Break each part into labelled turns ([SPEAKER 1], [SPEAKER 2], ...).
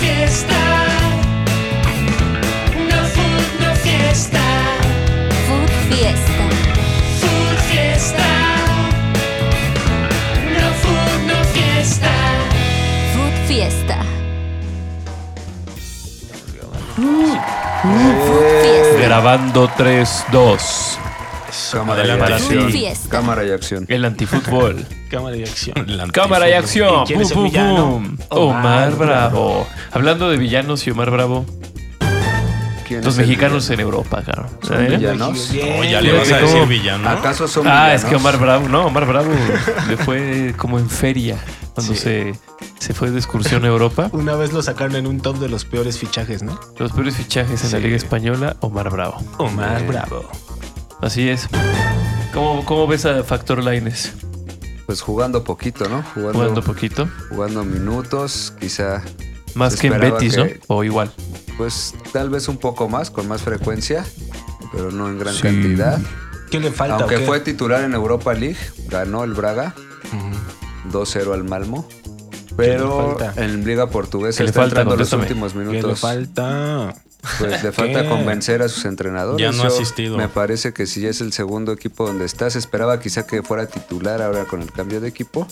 [SPEAKER 1] fiesta. No food, no fiesta.
[SPEAKER 2] Food Fiesta.
[SPEAKER 1] Food fiesta. No food, no fiesta.
[SPEAKER 2] Food Fiesta. Mm,
[SPEAKER 3] Eh. Grabando 3, 2.
[SPEAKER 4] Cámara y
[SPEAKER 3] Adelante.
[SPEAKER 4] acción.
[SPEAKER 2] Fiesta.
[SPEAKER 4] Cámara y acción.
[SPEAKER 3] El antifútbol.
[SPEAKER 5] Cámara de acción.
[SPEAKER 3] Cámara y acción.
[SPEAKER 5] ¿Y quién es el
[SPEAKER 3] Pum, pum,
[SPEAKER 5] villano?
[SPEAKER 3] pum. Omar Bravo. Hablando de villanos y Omar Bravo,
[SPEAKER 4] ¿Quién
[SPEAKER 3] los
[SPEAKER 4] es el
[SPEAKER 3] mexicanos en Europa, claro.
[SPEAKER 4] villano?
[SPEAKER 3] ¿Eh?
[SPEAKER 4] ¿Villanos?
[SPEAKER 6] Oh, ya le
[SPEAKER 3] Fíjate
[SPEAKER 6] vas a
[SPEAKER 3] cómo-
[SPEAKER 6] decir villano.
[SPEAKER 4] ¿Acaso son
[SPEAKER 3] Ah, es que
[SPEAKER 4] villanos?
[SPEAKER 3] Omar Bravo, no, Omar Bravo le fue como en feria cuando se, se fue de excursión a Europa.
[SPEAKER 5] Una vez lo sacaron en un top de los peores fichajes, ¿no?
[SPEAKER 3] Los peores fichajes en la Liga Española, Omar Bravo. Eh,
[SPEAKER 5] Omar
[SPEAKER 4] Sí.
[SPEAKER 5] Bravo.
[SPEAKER 3] Así es. ¿Cómo, cómo ves a Factor Lines?
[SPEAKER 4] Pues jugando poquito, ¿no?
[SPEAKER 3] Jugando
[SPEAKER 4] Jugando, jugando,
[SPEAKER 3] poquito.
[SPEAKER 4] minutos, quizá,
[SPEAKER 3] Más
[SPEAKER 4] Se
[SPEAKER 3] que en
[SPEAKER 4] esperaba
[SPEAKER 3] Betis,
[SPEAKER 4] que-
[SPEAKER 3] ¿no? O igual.
[SPEAKER 4] pues tal vez un poco más, con más frecuencia, pero no en gran
[SPEAKER 3] Sí.
[SPEAKER 4] cantidad.
[SPEAKER 5] ¿Qué le falta?
[SPEAKER 4] Aunque
[SPEAKER 5] o qué?
[SPEAKER 4] fue titular en Europa League, ganó el Braga 2-0 al Malmo. Pero
[SPEAKER 5] falta?
[SPEAKER 4] en Liga Portuguesa
[SPEAKER 3] ¿Qué le
[SPEAKER 4] está
[SPEAKER 3] falta?
[SPEAKER 4] entrando los
[SPEAKER 3] Contéstame.
[SPEAKER 4] últimos
[SPEAKER 5] ¿Qué le
[SPEAKER 4] minutos.
[SPEAKER 5] falta?
[SPEAKER 4] Pues le falta
[SPEAKER 5] ¿Qué?
[SPEAKER 4] convencer a sus entrenadores.
[SPEAKER 6] Ya no ha asistido.
[SPEAKER 4] Me parece que si ya es el segundo equipo donde está, se esperaba quizá que fuera titular ahora con el cambio de equipo.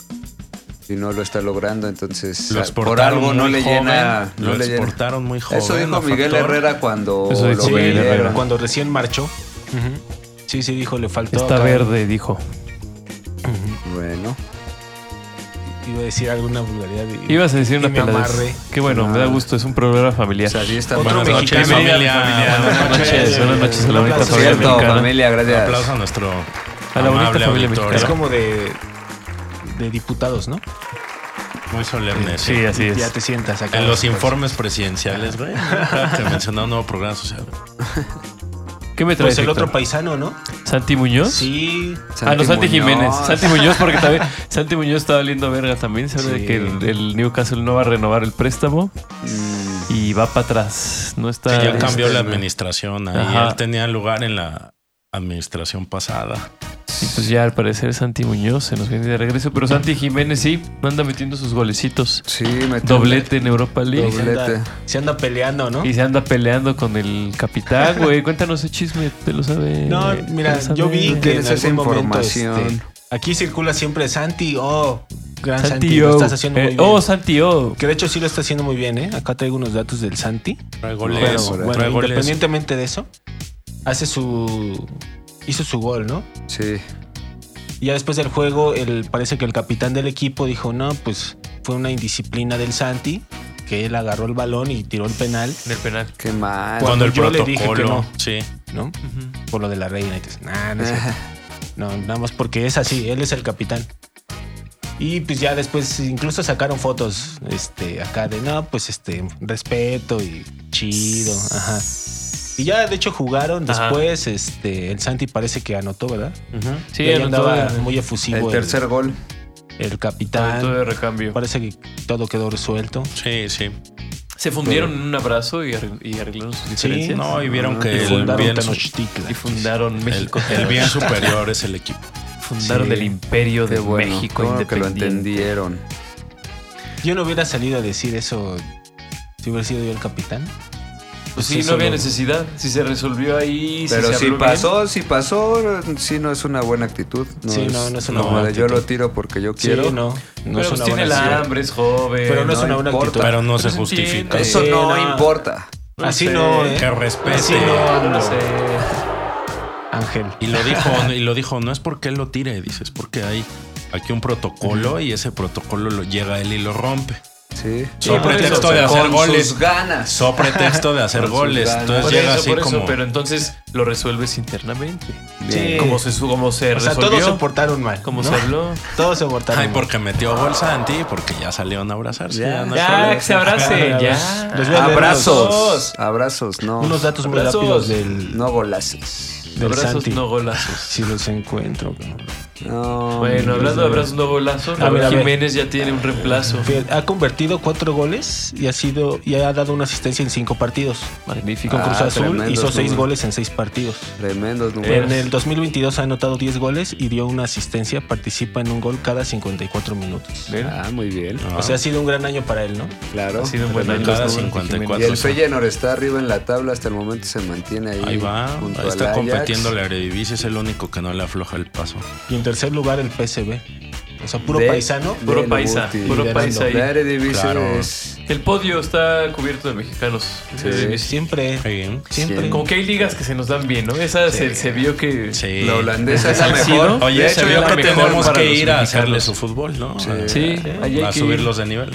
[SPEAKER 4] Y no lo está logrando, entonces
[SPEAKER 6] Lo
[SPEAKER 4] ah, por
[SPEAKER 6] exportaron
[SPEAKER 4] algo no
[SPEAKER 6] muy
[SPEAKER 4] le
[SPEAKER 6] joven,
[SPEAKER 4] llena. no
[SPEAKER 6] lo
[SPEAKER 4] le llena.
[SPEAKER 6] exportaron muy joven.
[SPEAKER 4] Eso
[SPEAKER 6] a
[SPEAKER 4] dijo Miguel
[SPEAKER 6] Factor.
[SPEAKER 4] Herrera cuando
[SPEAKER 3] Eso
[SPEAKER 4] lo
[SPEAKER 3] dijo
[SPEAKER 5] Sí,
[SPEAKER 3] Miguel
[SPEAKER 4] vendieron.
[SPEAKER 3] Herrera.
[SPEAKER 5] cuando recién marchó. Sí, sí, dijo, le faltó.
[SPEAKER 3] Está
[SPEAKER 5] acá.
[SPEAKER 3] verde, dijo.
[SPEAKER 4] Bueno,
[SPEAKER 5] Iba a decir alguna vulgaridad. y-
[SPEAKER 3] Ibas a decir
[SPEAKER 5] y
[SPEAKER 3] una
[SPEAKER 5] me amarré.
[SPEAKER 3] peladez. Qué bueno, me da gusto. Es un programa
[SPEAKER 4] o
[SPEAKER 3] familiar.
[SPEAKER 4] sea, sí pues, está
[SPEAKER 5] Otro
[SPEAKER 6] Buenas
[SPEAKER 4] bueno.
[SPEAKER 6] noches,
[SPEAKER 5] mexicano.
[SPEAKER 6] familia. Buenas
[SPEAKER 3] Buenas noches,
[SPEAKER 6] noches.
[SPEAKER 3] buenas noches a la bonita
[SPEAKER 4] Por
[SPEAKER 5] Un aplauso.
[SPEAKER 3] familia
[SPEAKER 4] Cierto,
[SPEAKER 3] mexicana.
[SPEAKER 4] familia,
[SPEAKER 6] Un
[SPEAKER 4] gracias.
[SPEAKER 6] aplauso a nuestro
[SPEAKER 3] A la bonita
[SPEAKER 6] amable
[SPEAKER 3] familia
[SPEAKER 6] auditorio.
[SPEAKER 5] Es
[SPEAKER 3] mexicana.
[SPEAKER 5] como de, de diputados, ¿no?
[SPEAKER 6] Muy solemne. sí.
[SPEAKER 3] Sí, así
[SPEAKER 5] Ya
[SPEAKER 3] es.
[SPEAKER 5] te sientas acá. Pues,
[SPEAKER 6] En los informes presidenciales, güey. Te mencionaba un nuevo programa social.
[SPEAKER 3] ¿Qué me traes?
[SPEAKER 5] Pues el
[SPEAKER 3] Héctor?
[SPEAKER 5] otro paisano, ¿no?
[SPEAKER 3] ¿Santi Muñoz?
[SPEAKER 5] Sí.
[SPEAKER 3] ah, no, Santi
[SPEAKER 4] Muñoz.
[SPEAKER 3] Jiménez. Santi Muñoz, porque también. Santi Muñoz está valiendo verga también. Se habla de
[SPEAKER 5] Sí.
[SPEAKER 3] que el, el Newcastle no va a renovar el préstamo
[SPEAKER 4] Mm,
[SPEAKER 3] y va para atrás. No está.
[SPEAKER 6] Sí, ya
[SPEAKER 3] este,
[SPEAKER 6] cambió la
[SPEAKER 4] este,
[SPEAKER 6] administración. Ahí
[SPEAKER 3] Ajá.
[SPEAKER 6] él tenía lugar en la administración pasada.
[SPEAKER 3] y pues ya al parecer Santi Muñoz se nos viene de regreso. Pero Santi Jiménez sí, anda metiendo sus golecitos.
[SPEAKER 4] Sí, me
[SPEAKER 3] Doblete en Europa League.
[SPEAKER 4] Doble-
[SPEAKER 5] Se anda,
[SPEAKER 4] Doblete.
[SPEAKER 5] se anda peleando, ¿no?
[SPEAKER 3] Y se anda peleando con el capitán, güey. Cuéntanos ese chisme, te lo sabe.
[SPEAKER 5] No,
[SPEAKER 3] te
[SPEAKER 5] mira,
[SPEAKER 3] lo sabe.
[SPEAKER 5] yo vi que en
[SPEAKER 4] ¿Tienes esa
[SPEAKER 5] algún momento
[SPEAKER 4] información?
[SPEAKER 5] este, aquí circula siempre Santi, oh, gran Santi,
[SPEAKER 3] Santi
[SPEAKER 5] lo
[SPEAKER 3] O.
[SPEAKER 5] estás haciendo
[SPEAKER 3] Eh,
[SPEAKER 5] muy bien.
[SPEAKER 3] Oh, Santi O.
[SPEAKER 5] que de hecho sí lo está haciendo muy bien, ¿eh? Acá traigo unos datos del Santi.
[SPEAKER 6] Trae
[SPEAKER 5] Pero,
[SPEAKER 6] goles.
[SPEAKER 4] Bueno,
[SPEAKER 6] trae
[SPEAKER 5] bueno,
[SPEAKER 6] goles.
[SPEAKER 5] independientemente de eso, hace su hizo su gol, ¿no?
[SPEAKER 4] Sí,
[SPEAKER 5] Y ya después del juego, el, parece que el capitán del equipo dijo, no, pues fue una indisciplina del Santi, que él agarró el balón y tiró el penal,
[SPEAKER 3] En el penal.
[SPEAKER 4] qué mal.
[SPEAKER 6] Cuando el
[SPEAKER 5] yo le dije que
[SPEAKER 6] protocolo.
[SPEAKER 5] no.
[SPEAKER 6] Sí.
[SPEAKER 5] ¿no? Por lo de la reina. Y dices, nah, no, es cierto". No, nada más porque es así, él es el capitán. Y pues ya después incluso sacaron fotos este, acá de, no, pues este, respeto y chido. Ajá. Y ya de hecho jugaron
[SPEAKER 3] Ajá.
[SPEAKER 5] después, este, el Santi parece que anotó, ¿verdad?
[SPEAKER 3] Sí,
[SPEAKER 5] Y ahí
[SPEAKER 3] anotó
[SPEAKER 5] andaba
[SPEAKER 3] el-
[SPEAKER 5] muy efusivo
[SPEAKER 4] El tercer gol.
[SPEAKER 5] el
[SPEAKER 3] Todo
[SPEAKER 5] capitán.
[SPEAKER 3] de recambio.
[SPEAKER 5] Parece que todo quedó resuelto.
[SPEAKER 6] Sí, sí.
[SPEAKER 3] Se fundieron en un abrazo y arregl- y arreglaron sus diferencias.
[SPEAKER 6] No, y vieron
[SPEAKER 4] Y
[SPEAKER 6] que
[SPEAKER 5] Y
[SPEAKER 6] el
[SPEAKER 5] fundaron
[SPEAKER 6] bien,
[SPEAKER 5] Tenochtitlan.
[SPEAKER 3] Y fundaron
[SPEAKER 6] el,
[SPEAKER 3] México.
[SPEAKER 6] el bien superior es el equipo.
[SPEAKER 3] fundaron
[SPEAKER 5] Sí.
[SPEAKER 3] el imperio
[SPEAKER 4] Qué
[SPEAKER 3] de
[SPEAKER 4] bueno,
[SPEAKER 3] México
[SPEAKER 4] qué bueno que lo
[SPEAKER 3] independiente.
[SPEAKER 4] entendieron.
[SPEAKER 5] Yo no hubiera salido a decir eso si hubiera sido yo el capitán.
[SPEAKER 3] Pues
[SPEAKER 5] Sí,
[SPEAKER 3] sí, no había
[SPEAKER 5] solo-
[SPEAKER 3] necesidad. Si se resolvió ahí, si
[SPEAKER 4] Pero
[SPEAKER 3] se
[SPEAKER 4] si
[SPEAKER 3] habló
[SPEAKER 4] pasó, si pasó, sí no es una buena actitud.
[SPEAKER 5] Sí,
[SPEAKER 4] es,
[SPEAKER 5] no, no es una
[SPEAKER 4] como
[SPEAKER 5] buena
[SPEAKER 4] de Yo
[SPEAKER 5] actitud.
[SPEAKER 4] lo tiro porque yo
[SPEAKER 5] Sí,
[SPEAKER 4] quiero.
[SPEAKER 5] no.
[SPEAKER 3] bien.
[SPEAKER 5] No
[SPEAKER 3] pero
[SPEAKER 5] es
[SPEAKER 3] pues
[SPEAKER 5] una
[SPEAKER 3] tiene
[SPEAKER 5] buena
[SPEAKER 3] el
[SPEAKER 5] actitud.
[SPEAKER 3] hambre, es joven.
[SPEAKER 5] Pero no es una buena
[SPEAKER 4] importa.
[SPEAKER 5] actitud.
[SPEAKER 6] Pero no se
[SPEAKER 3] se
[SPEAKER 6] justifica.
[SPEAKER 3] entiende.
[SPEAKER 4] Eso
[SPEAKER 5] Sí,
[SPEAKER 4] no,
[SPEAKER 5] no.
[SPEAKER 4] importa.
[SPEAKER 5] Así
[SPEAKER 3] sé,
[SPEAKER 5] no,
[SPEAKER 6] Que
[SPEAKER 5] ¿eh?
[SPEAKER 6] respete.
[SPEAKER 5] Así no,
[SPEAKER 3] No
[SPEAKER 5] no.
[SPEAKER 3] sé.
[SPEAKER 5] Ángel.
[SPEAKER 6] Y lo dijo, y lo dijo, no es porque él lo tire, dices, porque hay aquí un protocolo y ese protocolo lo llega él y lo rompe.
[SPEAKER 4] Sí.
[SPEAKER 3] Sí,
[SPEAKER 6] Sobre
[SPEAKER 3] por eso,
[SPEAKER 6] pretexto
[SPEAKER 3] o
[SPEAKER 6] de
[SPEAKER 3] sea,
[SPEAKER 6] hacer
[SPEAKER 4] Con
[SPEAKER 6] goles.
[SPEAKER 4] sus ganas.
[SPEAKER 6] So pretexto de hacer
[SPEAKER 4] Con sus
[SPEAKER 6] goles.
[SPEAKER 4] ganas.
[SPEAKER 6] Entonces
[SPEAKER 3] Por
[SPEAKER 6] llega
[SPEAKER 3] eso,
[SPEAKER 6] así
[SPEAKER 3] por eso,
[SPEAKER 6] como.
[SPEAKER 3] pero entonces lo resuelves internamente.
[SPEAKER 5] Sí.
[SPEAKER 3] Como se, su- como se
[SPEAKER 5] o sea,
[SPEAKER 3] resolvió.
[SPEAKER 5] todos se portaron mal.
[SPEAKER 3] como
[SPEAKER 5] ¿no?
[SPEAKER 3] se habló.
[SPEAKER 5] Todos se portaron
[SPEAKER 6] Ay,
[SPEAKER 5] mal.
[SPEAKER 6] porque metió gol Santi, porque ya salieron a abrazarse.
[SPEAKER 4] Ya.
[SPEAKER 6] ya no hay
[SPEAKER 3] Ya,
[SPEAKER 6] problema.
[SPEAKER 3] que se abracen, ya.
[SPEAKER 5] Les voy a leer
[SPEAKER 4] Abrazos. Abrazos, no.
[SPEAKER 5] unos, unos datos muy
[SPEAKER 3] Abrazos.
[SPEAKER 5] rápidos del,
[SPEAKER 4] No golazos.
[SPEAKER 5] del
[SPEAKER 3] Abrazos,
[SPEAKER 5] Santi.
[SPEAKER 3] no golazos.
[SPEAKER 5] Si los encuentro. cabrón.
[SPEAKER 4] No,
[SPEAKER 3] Bueno, hablando de abrazos no golazos,
[SPEAKER 5] A ver, a ver.
[SPEAKER 3] Jiménez ya tiene un reemplazo.
[SPEAKER 5] Fíjate, Ha convertido cuatro goles y ha sido y ha dado una asistencia en cinco partidos.
[SPEAKER 3] Magnífico.
[SPEAKER 5] Con
[SPEAKER 4] Ah,
[SPEAKER 5] Cruz Azul
[SPEAKER 4] tremendos
[SPEAKER 5] hizo seis
[SPEAKER 4] números.
[SPEAKER 5] goles en seis partidos.
[SPEAKER 4] tremendos
[SPEAKER 3] Pero-
[SPEAKER 5] En
[SPEAKER 4] números.
[SPEAKER 5] el 2022 ha anotado 10 goles y dio una asistencia. Participa en un gol cada 54 minutos.
[SPEAKER 3] Mira,
[SPEAKER 4] Ah, muy bien.
[SPEAKER 6] Ah,
[SPEAKER 5] O sea, ha sido un gran año para él, ¿no?
[SPEAKER 4] Claro.
[SPEAKER 3] ha sido un buen año.
[SPEAKER 6] Cada
[SPEAKER 3] Los números de
[SPEAKER 6] 54.
[SPEAKER 4] Y
[SPEAKER 3] Jiménez.
[SPEAKER 4] el Feyenoord está arriba en la tabla, hasta el momento se mantiene ahí.
[SPEAKER 6] Ahí va,
[SPEAKER 4] junto
[SPEAKER 6] ahí
[SPEAKER 4] al
[SPEAKER 6] está
[SPEAKER 4] Ajax.
[SPEAKER 6] compitiendo la Eredivisie, es el único que no le afloja el paso.
[SPEAKER 5] Y en tercer lugar el PSV. O sea, puro
[SPEAKER 4] De-
[SPEAKER 5] paisano.
[SPEAKER 4] de
[SPEAKER 3] Puro
[SPEAKER 4] la
[SPEAKER 3] paisa,
[SPEAKER 4] Guti.
[SPEAKER 3] puro paisa ahí.
[SPEAKER 4] La Eredivisie
[SPEAKER 6] Claro.
[SPEAKER 4] es...
[SPEAKER 3] El podio está cubierto de mexicanos.
[SPEAKER 4] Sí.
[SPEAKER 5] Siempre.
[SPEAKER 6] Sí.
[SPEAKER 5] Siempre.
[SPEAKER 3] Como que hay ligas que se nos dan bien, ¿no? Esa se, se vio que.
[SPEAKER 6] Sí.
[SPEAKER 4] La holandesa es la
[SPEAKER 3] Salcido.
[SPEAKER 4] mejor.
[SPEAKER 6] Oye,
[SPEAKER 4] De
[SPEAKER 6] se
[SPEAKER 4] hecho,
[SPEAKER 6] vio
[SPEAKER 4] yo
[SPEAKER 6] que
[SPEAKER 4] creo que
[SPEAKER 6] tenemos
[SPEAKER 3] para
[SPEAKER 6] que
[SPEAKER 3] los
[SPEAKER 6] ir a
[SPEAKER 3] mexicanos.
[SPEAKER 6] hacerle su fútbol, ¿no? A-
[SPEAKER 3] Sí, ahí hay
[SPEAKER 6] a
[SPEAKER 3] que
[SPEAKER 6] subirlos de nivel.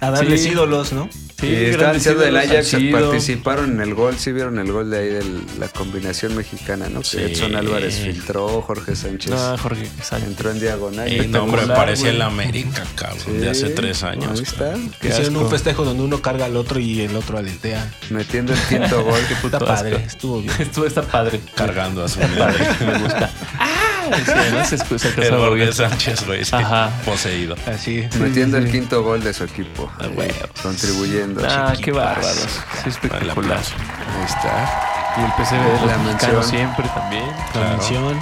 [SPEAKER 5] A darles
[SPEAKER 3] Sí.
[SPEAKER 5] ídolos, ¿no?
[SPEAKER 3] Sí,
[SPEAKER 4] y estaban
[SPEAKER 3] grandes
[SPEAKER 4] diciendo del
[SPEAKER 3] ídolos,
[SPEAKER 4] Ajax,
[SPEAKER 3] Salcido.
[SPEAKER 4] participaron en el gol, sí vieron el gol de ahí de la combinación mexicana, ¿no? Que
[SPEAKER 6] Sí.
[SPEAKER 4] Edson Álvarez filtró, Jorge Sánchez
[SPEAKER 3] No, Jorge Sánchez.
[SPEAKER 4] entró en diagonal.
[SPEAKER 6] Y no,
[SPEAKER 4] espectacular,
[SPEAKER 6] hombre, parecía
[SPEAKER 4] güey.
[SPEAKER 6] el América, cabrón, de hace
[SPEAKER 4] Sí,
[SPEAKER 6] tres años.
[SPEAKER 4] Ahí está,
[SPEAKER 6] cabrón.
[SPEAKER 4] qué
[SPEAKER 5] Hicieron
[SPEAKER 4] asco.
[SPEAKER 5] un festejo donde uno carga al otro y el otro aletea.
[SPEAKER 4] metiendo el quinto gol.
[SPEAKER 5] Está
[SPEAKER 3] Puto
[SPEAKER 5] padre,
[SPEAKER 3] asco.
[SPEAKER 5] estuvo bien.
[SPEAKER 3] Esto está padre.
[SPEAKER 6] Cargando a su madre.
[SPEAKER 3] Me gusta. ¡Ah! Sí, además se escu- se
[SPEAKER 6] El
[SPEAKER 3] alcanzaba a oír.
[SPEAKER 6] Borges Sánchez, güey, sí,
[SPEAKER 3] Ajá.
[SPEAKER 6] poseído.
[SPEAKER 5] Así.
[SPEAKER 4] metiendo el quinto gol de su equipo.
[SPEAKER 6] Ah,
[SPEAKER 4] Ahí,
[SPEAKER 6] güey.
[SPEAKER 4] Contribuyendo.
[SPEAKER 3] Ah, qué
[SPEAKER 6] Chiquitas.
[SPEAKER 3] bárbaros. Sí,
[SPEAKER 6] El
[SPEAKER 3] espectacular.
[SPEAKER 6] aplauso.
[SPEAKER 4] Ahí está.
[SPEAKER 3] Y el PCB de
[SPEAKER 4] La
[SPEAKER 3] los mexicanos
[SPEAKER 4] mención.
[SPEAKER 3] siempre también.
[SPEAKER 5] La
[SPEAKER 6] Claro.
[SPEAKER 5] mención.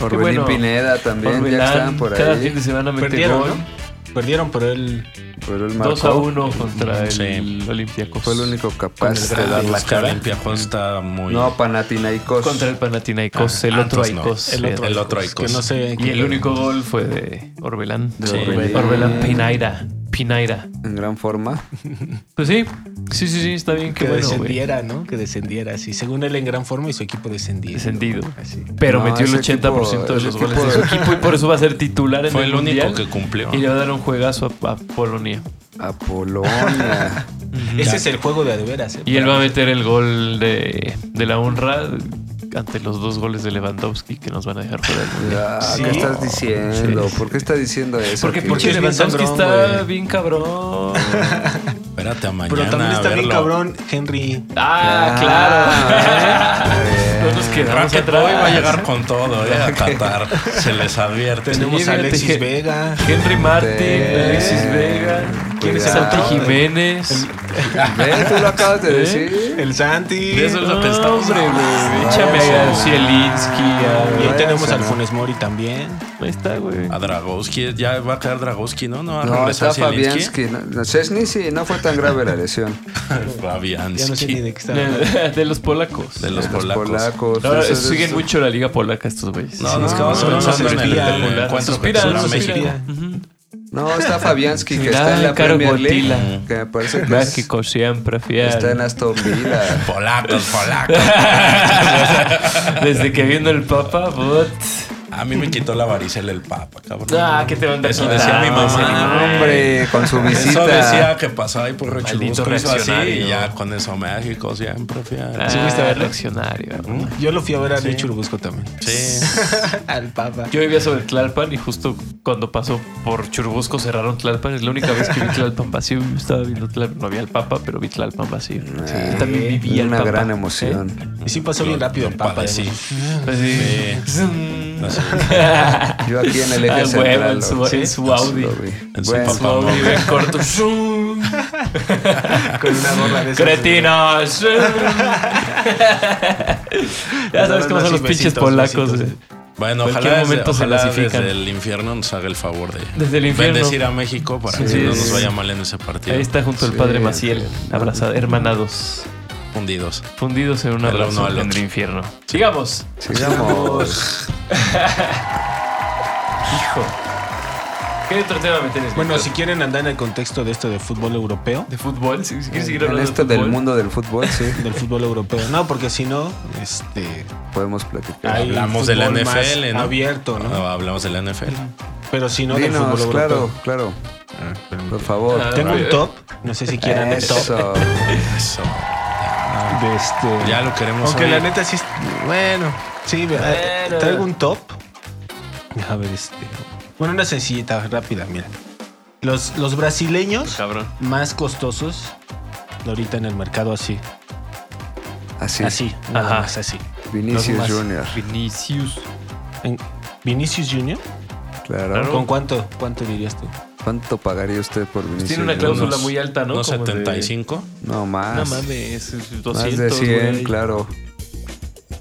[SPEAKER 4] Orbelín
[SPEAKER 3] bueno.
[SPEAKER 4] Pineda también, ya
[SPEAKER 3] Orbelán,
[SPEAKER 4] están por
[SPEAKER 3] Cada
[SPEAKER 4] ahí.
[SPEAKER 3] fin de semana mete
[SPEAKER 5] Perdieron,
[SPEAKER 3] gol.
[SPEAKER 5] ¿no? Perdieron, pero él.
[SPEAKER 4] Pero él
[SPEAKER 3] 2 a
[SPEAKER 4] marcó.
[SPEAKER 3] 1 contra el
[SPEAKER 6] Sí.
[SPEAKER 3] Olympiacos.
[SPEAKER 4] Fue el único
[SPEAKER 5] Con
[SPEAKER 4] capaz
[SPEAKER 6] Este
[SPEAKER 5] el
[SPEAKER 4] de
[SPEAKER 5] gran
[SPEAKER 4] dar la
[SPEAKER 6] Buscar
[SPEAKER 4] cara.
[SPEAKER 6] Olympiacos está muy...
[SPEAKER 4] No, Panathinaikos.
[SPEAKER 3] Contra el Panathinaikos,
[SPEAKER 6] Ah,
[SPEAKER 3] el otro
[SPEAKER 6] antes no.
[SPEAKER 3] Aikos.
[SPEAKER 6] El otro
[SPEAKER 3] eh,
[SPEAKER 5] pues,
[SPEAKER 6] Aikos.
[SPEAKER 5] Que no sé.
[SPEAKER 3] Y el único gol fue de Orbelán.
[SPEAKER 4] De
[SPEAKER 3] Sí.
[SPEAKER 4] Orbelín.
[SPEAKER 3] Orbelán Pinaira. Pinaira.
[SPEAKER 4] En gran forma.
[SPEAKER 3] Pues sí, sí, sí, sí, está bien
[SPEAKER 5] Que
[SPEAKER 3] que bueno, güey.
[SPEAKER 5] descendiera, ¿no? Que descendiera. Sí, según él en gran forma y su equipo descendía.
[SPEAKER 3] Descendido.
[SPEAKER 5] Así.
[SPEAKER 3] Pero
[SPEAKER 4] Ah, No,
[SPEAKER 3] metió el
[SPEAKER 4] ese
[SPEAKER 3] 80% de
[SPEAKER 4] equipo-
[SPEAKER 3] los
[SPEAKER 4] ese
[SPEAKER 3] goles
[SPEAKER 4] equipo-
[SPEAKER 3] de su equipo y por eso va a ser titular en
[SPEAKER 6] Fue el único
[SPEAKER 3] Mundial.
[SPEAKER 6] que cumplió.
[SPEAKER 3] Y le va a dar un juegazo a, a Polonia.
[SPEAKER 4] A Polonia.
[SPEAKER 5] Ese es el juego de adeveras. ¿eh?
[SPEAKER 3] Y él va a meter el gol de, de la honra ante los dos goles de Lewandowski que nos van a dejar fuera del Mundial.
[SPEAKER 4] Ya,
[SPEAKER 5] Sí.
[SPEAKER 4] ¿Qué estás diciendo? ¿Por qué está diciendo eso?
[SPEAKER 3] Porque
[SPEAKER 4] ¿Qué-
[SPEAKER 5] por
[SPEAKER 3] pinche
[SPEAKER 5] es bien
[SPEAKER 3] Lewandowski
[SPEAKER 5] sangrón,
[SPEAKER 3] está
[SPEAKER 5] güey.
[SPEAKER 3] bien cabrón.
[SPEAKER 6] Espérate a mañana
[SPEAKER 5] Pero también
[SPEAKER 6] a
[SPEAKER 5] está bien
[SPEAKER 6] verlo.
[SPEAKER 5] cabrón Henry.
[SPEAKER 3] Ah,
[SPEAKER 4] Ah,
[SPEAKER 3] claro.
[SPEAKER 4] bien.
[SPEAKER 3] No nos quedamos
[SPEAKER 6] Rafa,
[SPEAKER 3] atrás.
[SPEAKER 6] hoy va a llegar con todo, eh, a Qatar. Se les advierte.
[SPEAKER 5] Tenemos
[SPEAKER 3] Sí,
[SPEAKER 5] a
[SPEAKER 3] fíjate
[SPEAKER 5] Alexis
[SPEAKER 3] que-
[SPEAKER 5] Vega.
[SPEAKER 3] Henry Martin,
[SPEAKER 4] Sí.
[SPEAKER 3] Alexis Vega.
[SPEAKER 4] ¿Quién es el
[SPEAKER 3] Santi
[SPEAKER 4] otro?
[SPEAKER 3] Jiménez?
[SPEAKER 4] Ve, tú lo acabas de
[SPEAKER 3] ¿Eh?
[SPEAKER 4] decir.
[SPEAKER 5] El Santi.
[SPEAKER 6] De eso es lo que
[SPEAKER 3] No,
[SPEAKER 6] estamos
[SPEAKER 3] hombre, güey.
[SPEAKER 6] hablando.
[SPEAKER 3] Échame a
[SPEAKER 4] Eso.
[SPEAKER 3] Zielinski.
[SPEAKER 5] Y
[SPEAKER 3] a-
[SPEAKER 5] ahí tenemos
[SPEAKER 4] Váyanse,
[SPEAKER 5] al
[SPEAKER 4] ¿no?
[SPEAKER 5] Funes Mori también.
[SPEAKER 3] Ahí está, güey.
[SPEAKER 6] A Dragowski, ya va a quedar Dragowski, ¿no? No, va a
[SPEAKER 4] No,
[SPEAKER 6] regresar
[SPEAKER 4] está
[SPEAKER 6] Zielinski.
[SPEAKER 4] Fabianski. No, no, Szczesny sí, no fue tan grave la lesión.
[SPEAKER 5] Ya no sé ni
[SPEAKER 6] Fabianski.
[SPEAKER 5] de qué está hablando.
[SPEAKER 3] De los polacos.
[SPEAKER 6] De los
[SPEAKER 4] Los
[SPEAKER 6] polacos.
[SPEAKER 4] polacos.
[SPEAKER 3] Ahora,
[SPEAKER 4] eso-
[SPEAKER 3] siguen
[SPEAKER 4] eso-
[SPEAKER 3] mucho la liga polaca estos güeyes.
[SPEAKER 6] No, nos
[SPEAKER 4] Sí,
[SPEAKER 6] quedamos
[SPEAKER 4] no,
[SPEAKER 6] pensando en el-
[SPEAKER 5] suspira,
[SPEAKER 6] en el
[SPEAKER 5] suspira,
[SPEAKER 6] encuentro que
[SPEAKER 3] suspira,
[SPEAKER 6] tendrá
[SPEAKER 3] suspira.
[SPEAKER 6] México.
[SPEAKER 5] Mira,
[SPEAKER 4] No, está Fabianski, que
[SPEAKER 3] Mira,
[SPEAKER 4] está en la
[SPEAKER 3] Caro
[SPEAKER 4] Premier
[SPEAKER 3] Gotila.
[SPEAKER 4] League. Que me parece que es-
[SPEAKER 3] México siempre fiel.
[SPEAKER 4] está en Aston Villa.
[SPEAKER 6] Polacos, polacos.
[SPEAKER 3] Desde que vino el Papa, but.
[SPEAKER 6] A mí me quitó la varicela el Papa, cabrón.
[SPEAKER 3] Ah, ¿qué te van a
[SPEAKER 6] Eso
[SPEAKER 3] quitar?
[SPEAKER 6] decía mi
[SPEAKER 3] No,
[SPEAKER 6] mamá.
[SPEAKER 4] Hombre, con su
[SPEAKER 6] Eso decía
[SPEAKER 4] visita.
[SPEAKER 6] que pasaba ahí por
[SPEAKER 3] Maldito
[SPEAKER 6] Rechubusco hizo así
[SPEAKER 3] reaccionario.
[SPEAKER 6] y ya con eso México siempre fiel.
[SPEAKER 3] Sí,
[SPEAKER 5] Ah,
[SPEAKER 3] fuiste a ver reaccionario.
[SPEAKER 5] Yo lo fui a ver a Richard Busco también.
[SPEAKER 6] Sí.
[SPEAKER 5] al Papa.
[SPEAKER 3] Yo vivía sobre Tlalpan y justo cuando pasó por Churbusco cerraron Tlalpan. Es la única vez que vi Tlalpan vacío. Yo estaba viendo Tlalpan. No había el Papa, pero vi Tlalpan vacío. Yo también viví el ¿eh?
[SPEAKER 4] Una
[SPEAKER 3] Papa.
[SPEAKER 4] gran emoción.
[SPEAKER 5] Y sí pasó bien rápido el Papa.
[SPEAKER 6] Sí.
[SPEAKER 5] además.
[SPEAKER 3] Así.
[SPEAKER 6] Así.
[SPEAKER 4] Yo aquí en el
[SPEAKER 3] Ah,
[SPEAKER 4] eje
[SPEAKER 3] huevo,
[SPEAKER 4] central.
[SPEAKER 3] en su-
[SPEAKER 4] lo- sí,
[SPEAKER 3] en su
[SPEAKER 4] lo
[SPEAKER 3] Audi.
[SPEAKER 4] vi.
[SPEAKER 6] En su
[SPEAKER 4] Bueno,
[SPEAKER 6] papá.
[SPEAKER 3] Wow, y ven corto. ¡Zum!
[SPEAKER 5] Con una gorra de esas.
[SPEAKER 3] ¡Cretinos! ¡Zum! ya sabes cómo son los
[SPEAKER 5] Besitos,
[SPEAKER 3] pinches
[SPEAKER 5] besitos.
[SPEAKER 3] polacos. eh.
[SPEAKER 6] Bueno,
[SPEAKER 3] Cualquier
[SPEAKER 6] ojalá,
[SPEAKER 3] momento
[SPEAKER 6] desde,
[SPEAKER 3] se
[SPEAKER 6] ojalá
[SPEAKER 3] clasifican.
[SPEAKER 6] desde el infierno nos haga el favor de
[SPEAKER 3] Desde el infierno.
[SPEAKER 6] bendecir a México para que
[SPEAKER 3] Sí,
[SPEAKER 6] no
[SPEAKER 3] sí,
[SPEAKER 6] nos
[SPEAKER 3] sí.
[SPEAKER 6] vaya mal en ese partido.
[SPEAKER 3] Ahí está junto al padre
[SPEAKER 4] Sí,
[SPEAKER 3] Maciel, abrazados, hermanados,
[SPEAKER 6] Fundidos.
[SPEAKER 3] fundidos en un
[SPEAKER 6] Del uno
[SPEAKER 3] abrazo
[SPEAKER 6] al
[SPEAKER 3] en el
[SPEAKER 6] otro.
[SPEAKER 3] infierno. Sigamos.
[SPEAKER 4] Sigamos.
[SPEAKER 3] Hijo. ¿Qué otro tema me tienes?
[SPEAKER 5] Bueno,
[SPEAKER 3] Víctor?
[SPEAKER 5] si quieren andar en el contexto de esto de fútbol europeo,
[SPEAKER 3] de fútbol, si, si quieres seguir
[SPEAKER 4] En
[SPEAKER 3] hablando
[SPEAKER 4] esto
[SPEAKER 3] de
[SPEAKER 4] del
[SPEAKER 3] fútbol.
[SPEAKER 4] mundo del fútbol, sí,
[SPEAKER 5] del fútbol europeo. No, porque si no, este.
[SPEAKER 4] podemos platicar.
[SPEAKER 5] hay
[SPEAKER 6] Hablamos de la
[SPEAKER 5] fútbol más
[SPEAKER 6] NFL, ¿no?
[SPEAKER 5] Abierto, ¿no? Ah.
[SPEAKER 6] No, hablamos de la NFL.
[SPEAKER 5] Pero si Ah, no, del
[SPEAKER 4] Dinos,
[SPEAKER 5] fútbol
[SPEAKER 4] claro,
[SPEAKER 5] europeo.
[SPEAKER 4] claro. Por favor. Eh,
[SPEAKER 3] Ah,
[SPEAKER 5] Tengo
[SPEAKER 3] eh,
[SPEAKER 5] un top, no sé si quieran el top.
[SPEAKER 4] Eso.
[SPEAKER 6] Eso.
[SPEAKER 5] de este-
[SPEAKER 6] Ya lo queremos
[SPEAKER 5] Aunque
[SPEAKER 6] oír.
[SPEAKER 5] la neta sí. es- Bueno, sí, ve- eh,
[SPEAKER 3] Bueno.
[SPEAKER 5] traigo un top. Deja ver este. Bueno, una sencillita, rápida, mira. Los, los brasileños
[SPEAKER 3] Cabrón.
[SPEAKER 5] más costosos de ahorita en el mercado, así.
[SPEAKER 4] Así.
[SPEAKER 5] Así, nada
[SPEAKER 3] Ajá.
[SPEAKER 5] más así.
[SPEAKER 4] Vinicius
[SPEAKER 5] Los más-
[SPEAKER 4] Junior.
[SPEAKER 3] Vinicius.
[SPEAKER 5] En- Vinicius Junior.
[SPEAKER 4] Claro.
[SPEAKER 5] ¿Con cuánto? ¿Cuánto dirías tú?
[SPEAKER 4] ¿Cuánto pagaría usted por
[SPEAKER 5] Pues
[SPEAKER 4] Vinicius?
[SPEAKER 3] Tiene una
[SPEAKER 4] Junior?
[SPEAKER 3] cláusula
[SPEAKER 6] Unos-
[SPEAKER 3] muy alta, ¿no?
[SPEAKER 6] ¿No?
[SPEAKER 3] Como de-
[SPEAKER 6] 75.
[SPEAKER 4] No más.
[SPEAKER 3] No mames, 200.
[SPEAKER 4] más de 100,
[SPEAKER 3] güey.
[SPEAKER 4] claro.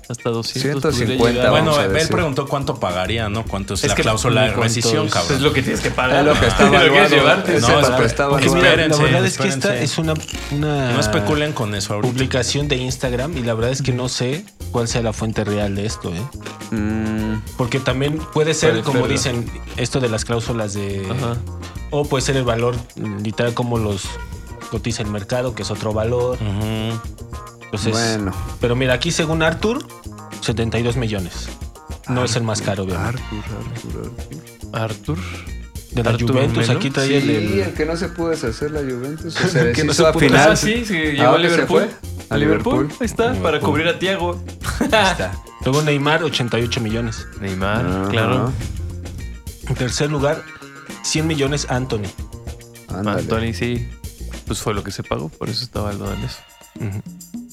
[SPEAKER 3] Hasta 200.
[SPEAKER 4] 150,
[SPEAKER 3] podría llegar.
[SPEAKER 4] vamos
[SPEAKER 6] Bueno,
[SPEAKER 4] a
[SPEAKER 6] él
[SPEAKER 4] decir.
[SPEAKER 6] preguntó cuánto pagaría, ¿no? ¿Cuánto es, la
[SPEAKER 3] que
[SPEAKER 6] cláusula de
[SPEAKER 3] cuánto
[SPEAKER 6] rescisión,
[SPEAKER 3] es-
[SPEAKER 6] cabrón?
[SPEAKER 3] Es lo que tienes que
[SPEAKER 5] Ah,
[SPEAKER 3] pagar.
[SPEAKER 4] Es lo que está
[SPEAKER 3] Si lo quieres
[SPEAKER 4] evaluado.
[SPEAKER 3] llevarte,
[SPEAKER 6] No,
[SPEAKER 3] se
[SPEAKER 6] es-
[SPEAKER 3] va.
[SPEAKER 4] pero está
[SPEAKER 5] Porque
[SPEAKER 4] evaluado.
[SPEAKER 5] mira, la
[SPEAKER 6] espérense,
[SPEAKER 5] verdad es que esta
[SPEAKER 6] espérense.
[SPEAKER 5] es una, una
[SPEAKER 6] No especulen con eso ahorita.
[SPEAKER 5] publicación de Instagram y la verdad es que no sé cuál sea la fuente real de esto, ¿eh?
[SPEAKER 4] Mm,
[SPEAKER 5] Porque también puede ser,
[SPEAKER 3] Puede
[SPEAKER 5] como
[SPEAKER 3] serlo.
[SPEAKER 5] dicen, esto de las cláusulas de...
[SPEAKER 3] Ajá.
[SPEAKER 5] O puede ser el valor mm, literal como los cotiza el mercado, que es otro valor.
[SPEAKER 6] Ujú.
[SPEAKER 5] Entonces,
[SPEAKER 4] bueno.
[SPEAKER 5] Pero mira, aquí según Arthur, 72 millones. No es el más caro, obviamente.
[SPEAKER 4] Arthur, Arthur, Arthur.
[SPEAKER 3] Arthur.
[SPEAKER 5] De la
[SPEAKER 3] Arthur
[SPEAKER 5] Juventus,
[SPEAKER 3] Melo.
[SPEAKER 5] aquí traía el-
[SPEAKER 4] Sí,
[SPEAKER 5] el...
[SPEAKER 4] el que no se pudo deshacer la Juventus. o Se
[SPEAKER 5] El que no
[SPEAKER 4] deshizo
[SPEAKER 5] se
[SPEAKER 4] a
[SPEAKER 5] pudo-
[SPEAKER 4] final.
[SPEAKER 3] Ah, sí, sí,
[SPEAKER 4] ¿A
[SPEAKER 3] llegó a
[SPEAKER 4] dónde se
[SPEAKER 3] Liverpool.
[SPEAKER 4] fue?
[SPEAKER 3] A Liverpool. Ahí está, para
[SPEAKER 5] Liverpool.
[SPEAKER 3] cubrir a Tiago.
[SPEAKER 5] Luego Neymar, 88 millones.
[SPEAKER 3] Neymar,
[SPEAKER 4] Ajá.
[SPEAKER 3] Ah, claro.
[SPEAKER 5] En tercer lugar, 100 millones Anthony.
[SPEAKER 4] Ándale.
[SPEAKER 3] Anthony, sí. Pues fue lo que se pagó, por eso estaba lo de eso.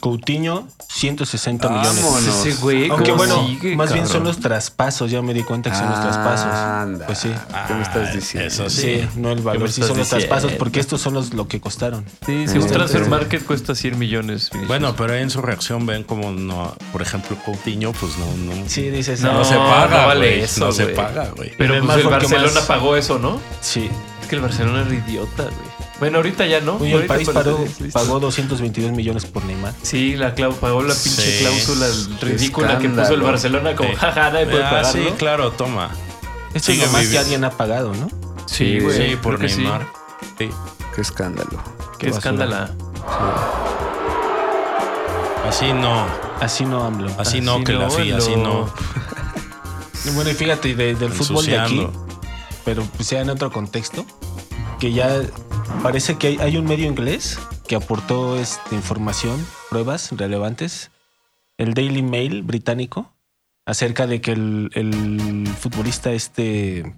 [SPEAKER 5] Coutinho, 160 millones.
[SPEAKER 4] Vámonos.
[SPEAKER 3] Ese güey,
[SPEAKER 5] Aunque
[SPEAKER 3] ¿cómo
[SPEAKER 5] bueno,
[SPEAKER 3] sigue,
[SPEAKER 5] más bien
[SPEAKER 3] cabrón?
[SPEAKER 5] son los traspasos, ya me di cuenta que son los traspasos.
[SPEAKER 4] Anda.
[SPEAKER 5] Pues sí.
[SPEAKER 4] ¿Qué me estás
[SPEAKER 6] Ah,
[SPEAKER 4] diciendo?
[SPEAKER 6] Eso sí.
[SPEAKER 5] Sí, no el
[SPEAKER 3] ¿Qué
[SPEAKER 5] valor,
[SPEAKER 3] me
[SPEAKER 5] sí
[SPEAKER 3] estás
[SPEAKER 5] son los
[SPEAKER 3] diciendo?
[SPEAKER 5] traspasos porque estos son los lo que costaron.
[SPEAKER 3] Sí, según
[SPEAKER 4] Sí.
[SPEAKER 3] Transfer
[SPEAKER 4] Sí.
[SPEAKER 3] Market cuesta 100 millones. Vinicius.
[SPEAKER 6] Bueno, pero en su reacción ven como no, por ejemplo, Coutinho, pues no, no,
[SPEAKER 5] Sí, dices,
[SPEAKER 3] No,
[SPEAKER 6] no se
[SPEAKER 3] no
[SPEAKER 6] paga,
[SPEAKER 3] vale
[SPEAKER 6] güey,
[SPEAKER 3] eso,
[SPEAKER 6] no se
[SPEAKER 3] güey.
[SPEAKER 6] paga, güey.
[SPEAKER 3] pero
[SPEAKER 5] además
[SPEAKER 3] pues, el
[SPEAKER 5] porque
[SPEAKER 3] Barcelona
[SPEAKER 5] más-
[SPEAKER 3] pagó eso, ¿no?
[SPEAKER 5] Sí.
[SPEAKER 3] Es que el Barcelona era idiota, güey. Bueno, ahorita ya no.
[SPEAKER 5] Oye, el
[SPEAKER 3] Ahorita
[SPEAKER 5] país
[SPEAKER 3] para-
[SPEAKER 5] paró-
[SPEAKER 3] listo.
[SPEAKER 5] pagó 222 millones por Neymar.
[SPEAKER 3] Sí, la clau- pagó la pinche
[SPEAKER 6] Sí.
[SPEAKER 3] cláusula ridícula que puso el
[SPEAKER 4] escándalo.
[SPEAKER 3] Barcelona como
[SPEAKER 6] Eh,
[SPEAKER 3] jaja, nadie puede
[SPEAKER 6] ah,
[SPEAKER 3] pagarlo.
[SPEAKER 6] sí, claro, toma.
[SPEAKER 5] Esto es
[SPEAKER 6] Sigue
[SPEAKER 5] lo más
[SPEAKER 6] vivi-
[SPEAKER 5] que alguien ha pagado, ¿no?
[SPEAKER 3] Sí, güey.
[SPEAKER 6] Sí,
[SPEAKER 3] creo
[SPEAKER 6] por
[SPEAKER 3] que sí.
[SPEAKER 6] Neymar. Sí.
[SPEAKER 4] Qué escándalo.
[SPEAKER 3] Qué escándala.
[SPEAKER 6] Así no,
[SPEAKER 5] Así no AMLO.
[SPEAKER 6] así, no que la
[SPEAKER 3] no,
[SPEAKER 6] FIA,
[SPEAKER 3] lo-
[SPEAKER 6] así no.
[SPEAKER 5] Bueno, y fíjate, de- del fútbol de aquí,
[SPEAKER 6] ensuciando.
[SPEAKER 5] pero pues, sea en otro contexto, que ya parece que hay, hay un medio inglés que aportó este, información, pruebas relevantes, el Daily Mail británico, acerca de que el, el futbolista este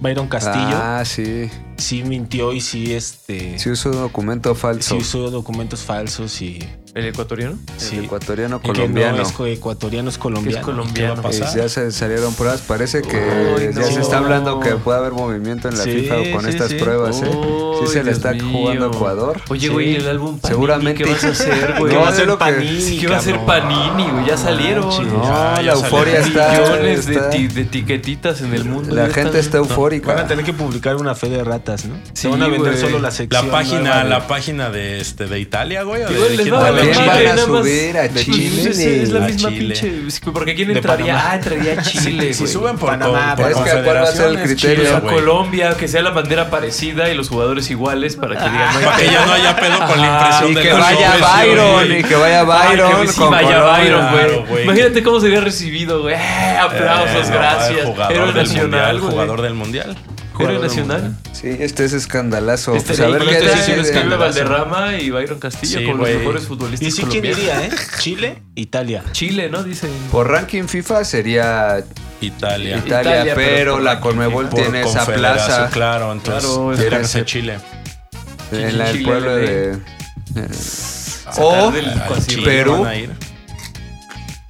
[SPEAKER 5] Byron Castillo
[SPEAKER 4] Ah, sí.
[SPEAKER 5] sí mintió y sí este
[SPEAKER 4] Sí usó un documento
[SPEAKER 5] sí
[SPEAKER 4] falso.
[SPEAKER 5] usó documentos falsos y
[SPEAKER 3] ¿El ecuatoriano?
[SPEAKER 5] sí,
[SPEAKER 4] El ecuatoriano
[SPEAKER 5] y que no
[SPEAKER 4] colombiano.
[SPEAKER 5] es co- ecuatoriano, es
[SPEAKER 3] Que es
[SPEAKER 5] colombiano.
[SPEAKER 3] colombiano.
[SPEAKER 6] ¿Qué va a pasar?
[SPEAKER 4] Eh, ya se salieron pruebas. Parece que
[SPEAKER 3] Uy,
[SPEAKER 4] ya
[SPEAKER 3] no.
[SPEAKER 4] se está hablando que puede haber movimiento en la
[SPEAKER 5] Sí,
[SPEAKER 4] FIFA con
[SPEAKER 5] sí,
[SPEAKER 4] estas
[SPEAKER 5] sí.
[SPEAKER 4] pruebas. ¿eh? Sí
[SPEAKER 3] Ay,
[SPEAKER 4] se le
[SPEAKER 3] Dios
[SPEAKER 4] está
[SPEAKER 3] mío.
[SPEAKER 4] jugando a Ecuador.
[SPEAKER 3] Oye,
[SPEAKER 5] Sí.
[SPEAKER 3] güey, el álbum Panini,
[SPEAKER 4] Seguramente.
[SPEAKER 3] ¿Qué vas a hacer, güey?
[SPEAKER 4] No,
[SPEAKER 3] ¿Qué va a
[SPEAKER 4] es
[SPEAKER 3] ser
[SPEAKER 4] lo que-
[SPEAKER 3] Panini? ¿Qué va a ser
[SPEAKER 5] cabrón.
[SPEAKER 3] Panini, güey? Ya salieron.
[SPEAKER 5] manches.
[SPEAKER 4] No,
[SPEAKER 6] Ya, ya
[SPEAKER 4] la
[SPEAKER 6] salió.
[SPEAKER 4] euforia está.
[SPEAKER 3] Millones de,
[SPEAKER 4] está-
[SPEAKER 3] ti- de etiquetitas en el mundo.
[SPEAKER 4] la
[SPEAKER 3] ya
[SPEAKER 4] gente está
[SPEAKER 3] están-
[SPEAKER 5] Van a
[SPEAKER 4] eufórica.
[SPEAKER 5] tener que publicar una fe de ratas, ¿no?
[SPEAKER 3] Sí,
[SPEAKER 5] Se van a vender
[SPEAKER 3] güey.
[SPEAKER 5] solo la
[SPEAKER 6] La
[SPEAKER 5] sección.
[SPEAKER 6] página,
[SPEAKER 5] nueva de-
[SPEAKER 6] la página de este de Italia, güey. ¿o de-
[SPEAKER 3] Igual
[SPEAKER 6] de
[SPEAKER 3] les
[SPEAKER 6] quién?
[SPEAKER 3] daba la
[SPEAKER 4] También
[SPEAKER 3] madre,
[SPEAKER 4] van a
[SPEAKER 3] nada más.
[SPEAKER 4] subir a
[SPEAKER 3] Pues,
[SPEAKER 4] Chile.
[SPEAKER 3] es- es la
[SPEAKER 6] A
[SPEAKER 3] misma
[SPEAKER 6] Chile.
[SPEAKER 3] pinche. Porque ¿quién
[SPEAKER 5] De
[SPEAKER 3] entraría?
[SPEAKER 5] Panamá.
[SPEAKER 3] Ah, entraría Chile,
[SPEAKER 6] Si
[SPEAKER 3] güey.
[SPEAKER 6] suben por,
[SPEAKER 5] Panamá,
[SPEAKER 6] por
[SPEAKER 4] es que ¿cuál va a ser el
[SPEAKER 6] confederaciones,
[SPEAKER 4] criterio?
[SPEAKER 6] chido,
[SPEAKER 3] Pero
[SPEAKER 6] güey.
[SPEAKER 3] Colombia, que sea la bandera parecida y los jugadores iguales para que digan. no hay
[SPEAKER 6] Para que ya no haya pedo con la impresión
[SPEAKER 4] Y
[SPEAKER 6] de
[SPEAKER 4] que
[SPEAKER 6] los
[SPEAKER 4] vaya
[SPEAKER 6] hombres,
[SPEAKER 4] Byron,
[SPEAKER 6] güey. Eh,
[SPEAKER 4] y que vaya
[SPEAKER 3] Ay,
[SPEAKER 4] Byron.
[SPEAKER 3] que sí
[SPEAKER 4] con
[SPEAKER 3] vaya
[SPEAKER 4] Colombia.
[SPEAKER 3] Byron, güey.
[SPEAKER 6] Claro, güey.
[SPEAKER 3] Imagínate cómo sería recibido, güey. Eh, aplausos,
[SPEAKER 6] Eh,
[SPEAKER 3] gracias.
[SPEAKER 6] Jugador
[SPEAKER 3] Héroe
[SPEAKER 6] del mundial,
[SPEAKER 3] nacional, güey.
[SPEAKER 6] jugador del mundial.
[SPEAKER 3] Héroe
[SPEAKER 5] jugador del
[SPEAKER 3] nacional.
[SPEAKER 4] Sí, este es escandalazo.
[SPEAKER 3] Este
[SPEAKER 4] Pues a ver
[SPEAKER 3] Nicolás
[SPEAKER 4] qué
[SPEAKER 3] Tesoro
[SPEAKER 4] tal,
[SPEAKER 3] sí
[SPEAKER 4] eh,
[SPEAKER 3] escribe Valderrama y Byron Castillo
[SPEAKER 6] Sí,
[SPEAKER 3] como los
[SPEAKER 6] güey.
[SPEAKER 3] mejores
[SPEAKER 5] Y
[SPEAKER 3] futbolistas
[SPEAKER 5] sí, ¿quién
[SPEAKER 3] colombianos.
[SPEAKER 5] diría, eh? Chile, Italia.
[SPEAKER 3] Chile, ¿no? Dicen.
[SPEAKER 4] Por ranking FIFA sería
[SPEAKER 6] Italia.
[SPEAKER 4] Italia,
[SPEAKER 3] Italia, pero
[SPEAKER 4] pero
[SPEAKER 3] por
[SPEAKER 4] la
[SPEAKER 3] ranking
[SPEAKER 4] Conmebol
[SPEAKER 6] Por
[SPEAKER 4] tiene esa
[SPEAKER 6] confederación,
[SPEAKER 4] plaza
[SPEAKER 6] Claro, entonces
[SPEAKER 3] Claro, es
[SPEAKER 6] tiene que
[SPEAKER 4] que
[SPEAKER 6] ser
[SPEAKER 4] se-
[SPEAKER 6] Chile.
[SPEAKER 4] en la- el
[SPEAKER 3] Chile,
[SPEAKER 4] pueblo de.
[SPEAKER 3] eh.
[SPEAKER 4] O
[SPEAKER 3] del-
[SPEAKER 6] Al
[SPEAKER 3] Así,
[SPEAKER 6] Chile
[SPEAKER 4] Perú.
[SPEAKER 6] van a ir.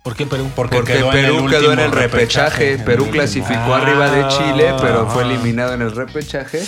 [SPEAKER 5] ¿Por qué Perú?
[SPEAKER 6] Porque,
[SPEAKER 4] Porque
[SPEAKER 6] quedó en el
[SPEAKER 4] Perú quedó en
[SPEAKER 6] último
[SPEAKER 4] el repechaje.
[SPEAKER 6] en
[SPEAKER 4] Perú
[SPEAKER 6] el
[SPEAKER 4] clasificó
[SPEAKER 5] Ah.
[SPEAKER 4] arriba de Chile, pero
[SPEAKER 3] Ah.
[SPEAKER 4] fue eliminado en el repechaje.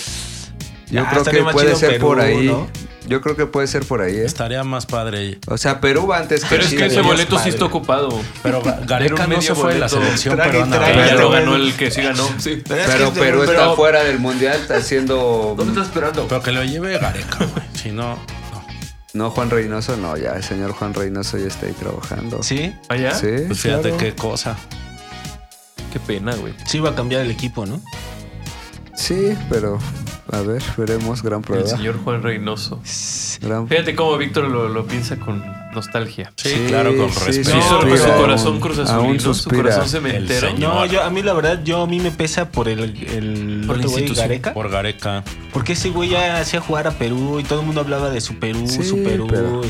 [SPEAKER 4] Yo
[SPEAKER 5] Ah,
[SPEAKER 4] creo
[SPEAKER 5] estaría
[SPEAKER 4] que
[SPEAKER 5] más
[SPEAKER 4] puede
[SPEAKER 5] chido
[SPEAKER 4] ser por
[SPEAKER 5] Perú,
[SPEAKER 4] ahí.
[SPEAKER 5] ¿no?
[SPEAKER 4] Yo creo que puede ser por ahí. ¿eh?
[SPEAKER 6] Estaría más padre.
[SPEAKER 4] O sea, Perú va antes que
[SPEAKER 3] Pero es
[SPEAKER 4] Chile.
[SPEAKER 3] que ese
[SPEAKER 5] Dios
[SPEAKER 3] boleto sí
[SPEAKER 5] padre.
[SPEAKER 3] está ocupado.
[SPEAKER 6] Pero Ga-
[SPEAKER 3] Era
[SPEAKER 6] Gareca
[SPEAKER 3] un
[SPEAKER 6] no
[SPEAKER 3] medio
[SPEAKER 6] se fue de la
[SPEAKER 3] boleto.
[SPEAKER 6] selección
[SPEAKER 5] Trague,
[SPEAKER 6] peruana.
[SPEAKER 5] trague.
[SPEAKER 6] güey.
[SPEAKER 3] Ya
[SPEAKER 5] pero-
[SPEAKER 3] lo ganó el que sí ganó. Sí.
[SPEAKER 4] pero Perú está fuera del mundial, está haciendo. mm,
[SPEAKER 3] ¿Dónde está esperando?
[SPEAKER 6] Pero que lo lleve Gareca, güey. Si no, no.
[SPEAKER 4] No, Juan Reynoso, no, ya. El señor Juan Reynoso ya está ahí trabajando.
[SPEAKER 5] Sí,
[SPEAKER 3] ¿Allá?
[SPEAKER 4] Sí,
[SPEAKER 6] Pues fíjate
[SPEAKER 4] claro.
[SPEAKER 6] qué cosa.
[SPEAKER 3] Qué pena, güey.
[SPEAKER 5] sí va a cambiar el equipo, ¿no?
[SPEAKER 4] Sí, pero a ver, veremos. Gran
[SPEAKER 3] El
[SPEAKER 4] prueba.
[SPEAKER 3] señor Juan Reynoso.
[SPEAKER 4] Gran-
[SPEAKER 3] Fíjate cómo Víctor lo, lo piensa con nostalgia.
[SPEAKER 6] Sí, claro, con
[SPEAKER 4] sí,
[SPEAKER 6] respeto.
[SPEAKER 3] No,
[SPEAKER 4] suspira.
[SPEAKER 3] pero su
[SPEAKER 4] aún-
[SPEAKER 3] corazón cruz
[SPEAKER 4] aún
[SPEAKER 3] azulino, su
[SPEAKER 4] suspira.
[SPEAKER 3] corazón cementero.
[SPEAKER 6] El señor.
[SPEAKER 5] No, yo, a mí la verdad, yo a mí me pesa por el, el
[SPEAKER 3] Por la
[SPEAKER 5] otro güey,
[SPEAKER 3] institución.
[SPEAKER 5] Gareca.
[SPEAKER 6] Por Gareca.
[SPEAKER 5] Porque ese güey ya hacía jugar a Perú y todo el mundo hablaba de su Perú,
[SPEAKER 4] Sí,
[SPEAKER 5] su Perú.
[SPEAKER 4] pero-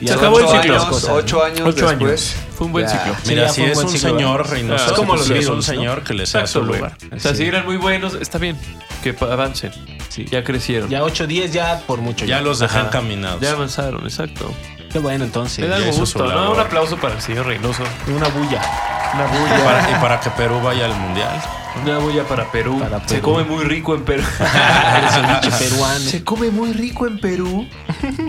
[SPEAKER 5] Y
[SPEAKER 3] Se
[SPEAKER 5] ahora
[SPEAKER 3] acabó el
[SPEAKER 5] otras
[SPEAKER 3] ciclo.
[SPEAKER 5] cosas, ¿no?
[SPEAKER 4] Ocho años
[SPEAKER 3] Ocho
[SPEAKER 4] después.
[SPEAKER 3] años. Fue un buen
[SPEAKER 4] Ya.
[SPEAKER 3] ciclo.
[SPEAKER 6] Mira,
[SPEAKER 5] ya
[SPEAKER 6] si
[SPEAKER 5] fue
[SPEAKER 6] es
[SPEAKER 5] buen
[SPEAKER 6] un
[SPEAKER 5] ciclo,
[SPEAKER 6] señor
[SPEAKER 5] ¿verdad?
[SPEAKER 6] Reynoso,
[SPEAKER 3] Es como
[SPEAKER 6] pues,
[SPEAKER 3] los
[SPEAKER 6] sí, es un
[SPEAKER 3] Beatles, ¿no?
[SPEAKER 6] señor que les hace
[SPEAKER 3] Exacto, güey.
[SPEAKER 6] lugar.
[SPEAKER 3] O sea, si eran muy buenos, está bien. Que pa- avancen.
[SPEAKER 5] Sí.
[SPEAKER 3] Ya crecieron. Ya,
[SPEAKER 5] Ya 8-10 ya por mucho.
[SPEAKER 6] Ya los dejan
[SPEAKER 3] Ajá.
[SPEAKER 6] caminados.
[SPEAKER 3] avanzaron, exacto.
[SPEAKER 5] Qué bueno,
[SPEAKER 3] Le
[SPEAKER 5] entonces.
[SPEAKER 3] da
[SPEAKER 6] ya
[SPEAKER 3] algo
[SPEAKER 6] hizo su
[SPEAKER 3] gusto, ¿no?
[SPEAKER 6] labor.
[SPEAKER 3] Un aplauso para el señor Reynoso.
[SPEAKER 5] Una bulla.
[SPEAKER 3] Una
[SPEAKER 6] Y
[SPEAKER 3] bulla.
[SPEAKER 6] para, y para que Perú vaya al mundial.
[SPEAKER 3] Una bulla para Perú.
[SPEAKER 5] Para
[SPEAKER 3] Se
[SPEAKER 5] Perú.
[SPEAKER 3] come muy rico en Perú.
[SPEAKER 5] peruano.
[SPEAKER 3] Se come muy rico en Perú.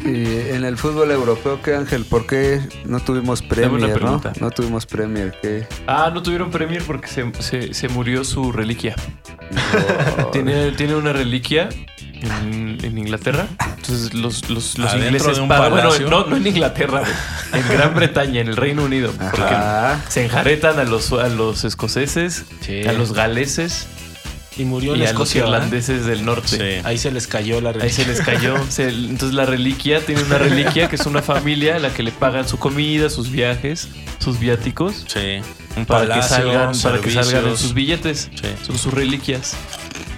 [SPEAKER 4] Y en el fútbol europeo, ¿qué Ángel? ¿Por qué no tuvimos
[SPEAKER 3] Dame una
[SPEAKER 4] Premier, no?
[SPEAKER 3] pregunta.
[SPEAKER 4] No tuvimos Premier, ¿qué?
[SPEAKER 3] Ah, no tuvieron Premier porque se, se- se murió su reliquia.
[SPEAKER 4] No.
[SPEAKER 3] Tiene, tiene una reliquia en, en Inglaterra. Entonces los, los, los
[SPEAKER 6] Adentro
[SPEAKER 3] ingleses...
[SPEAKER 6] de un
[SPEAKER 3] pagan- bueno,
[SPEAKER 6] palacio.
[SPEAKER 3] no, no en Inglaterra, güey. en Gran Bretaña, en el Reino Unido. Porque
[SPEAKER 4] Ajá.
[SPEAKER 3] se enjaretan a los, a los escoceses,
[SPEAKER 5] Sí.
[SPEAKER 3] a los galeses
[SPEAKER 5] Y murió en
[SPEAKER 3] y a los
[SPEAKER 5] Escocia. ¿verdad?
[SPEAKER 3] irlandeses del norte.
[SPEAKER 6] ¿eh? Sí.
[SPEAKER 5] Ahí se les cayó la
[SPEAKER 3] Ahí se
[SPEAKER 5] religión.
[SPEAKER 3] les cayó. Se- entonces la reliquia tiene una reliquia que es una familia a la que le pagan su comida, sus viajes, sus viáticos.
[SPEAKER 6] Sí. Un
[SPEAKER 3] Para que,
[SPEAKER 6] palacio,
[SPEAKER 3] salgan, para que
[SPEAKER 6] servicios.
[SPEAKER 3] salgan en sus billetes.
[SPEAKER 6] Sí.
[SPEAKER 3] Son sus reliquias.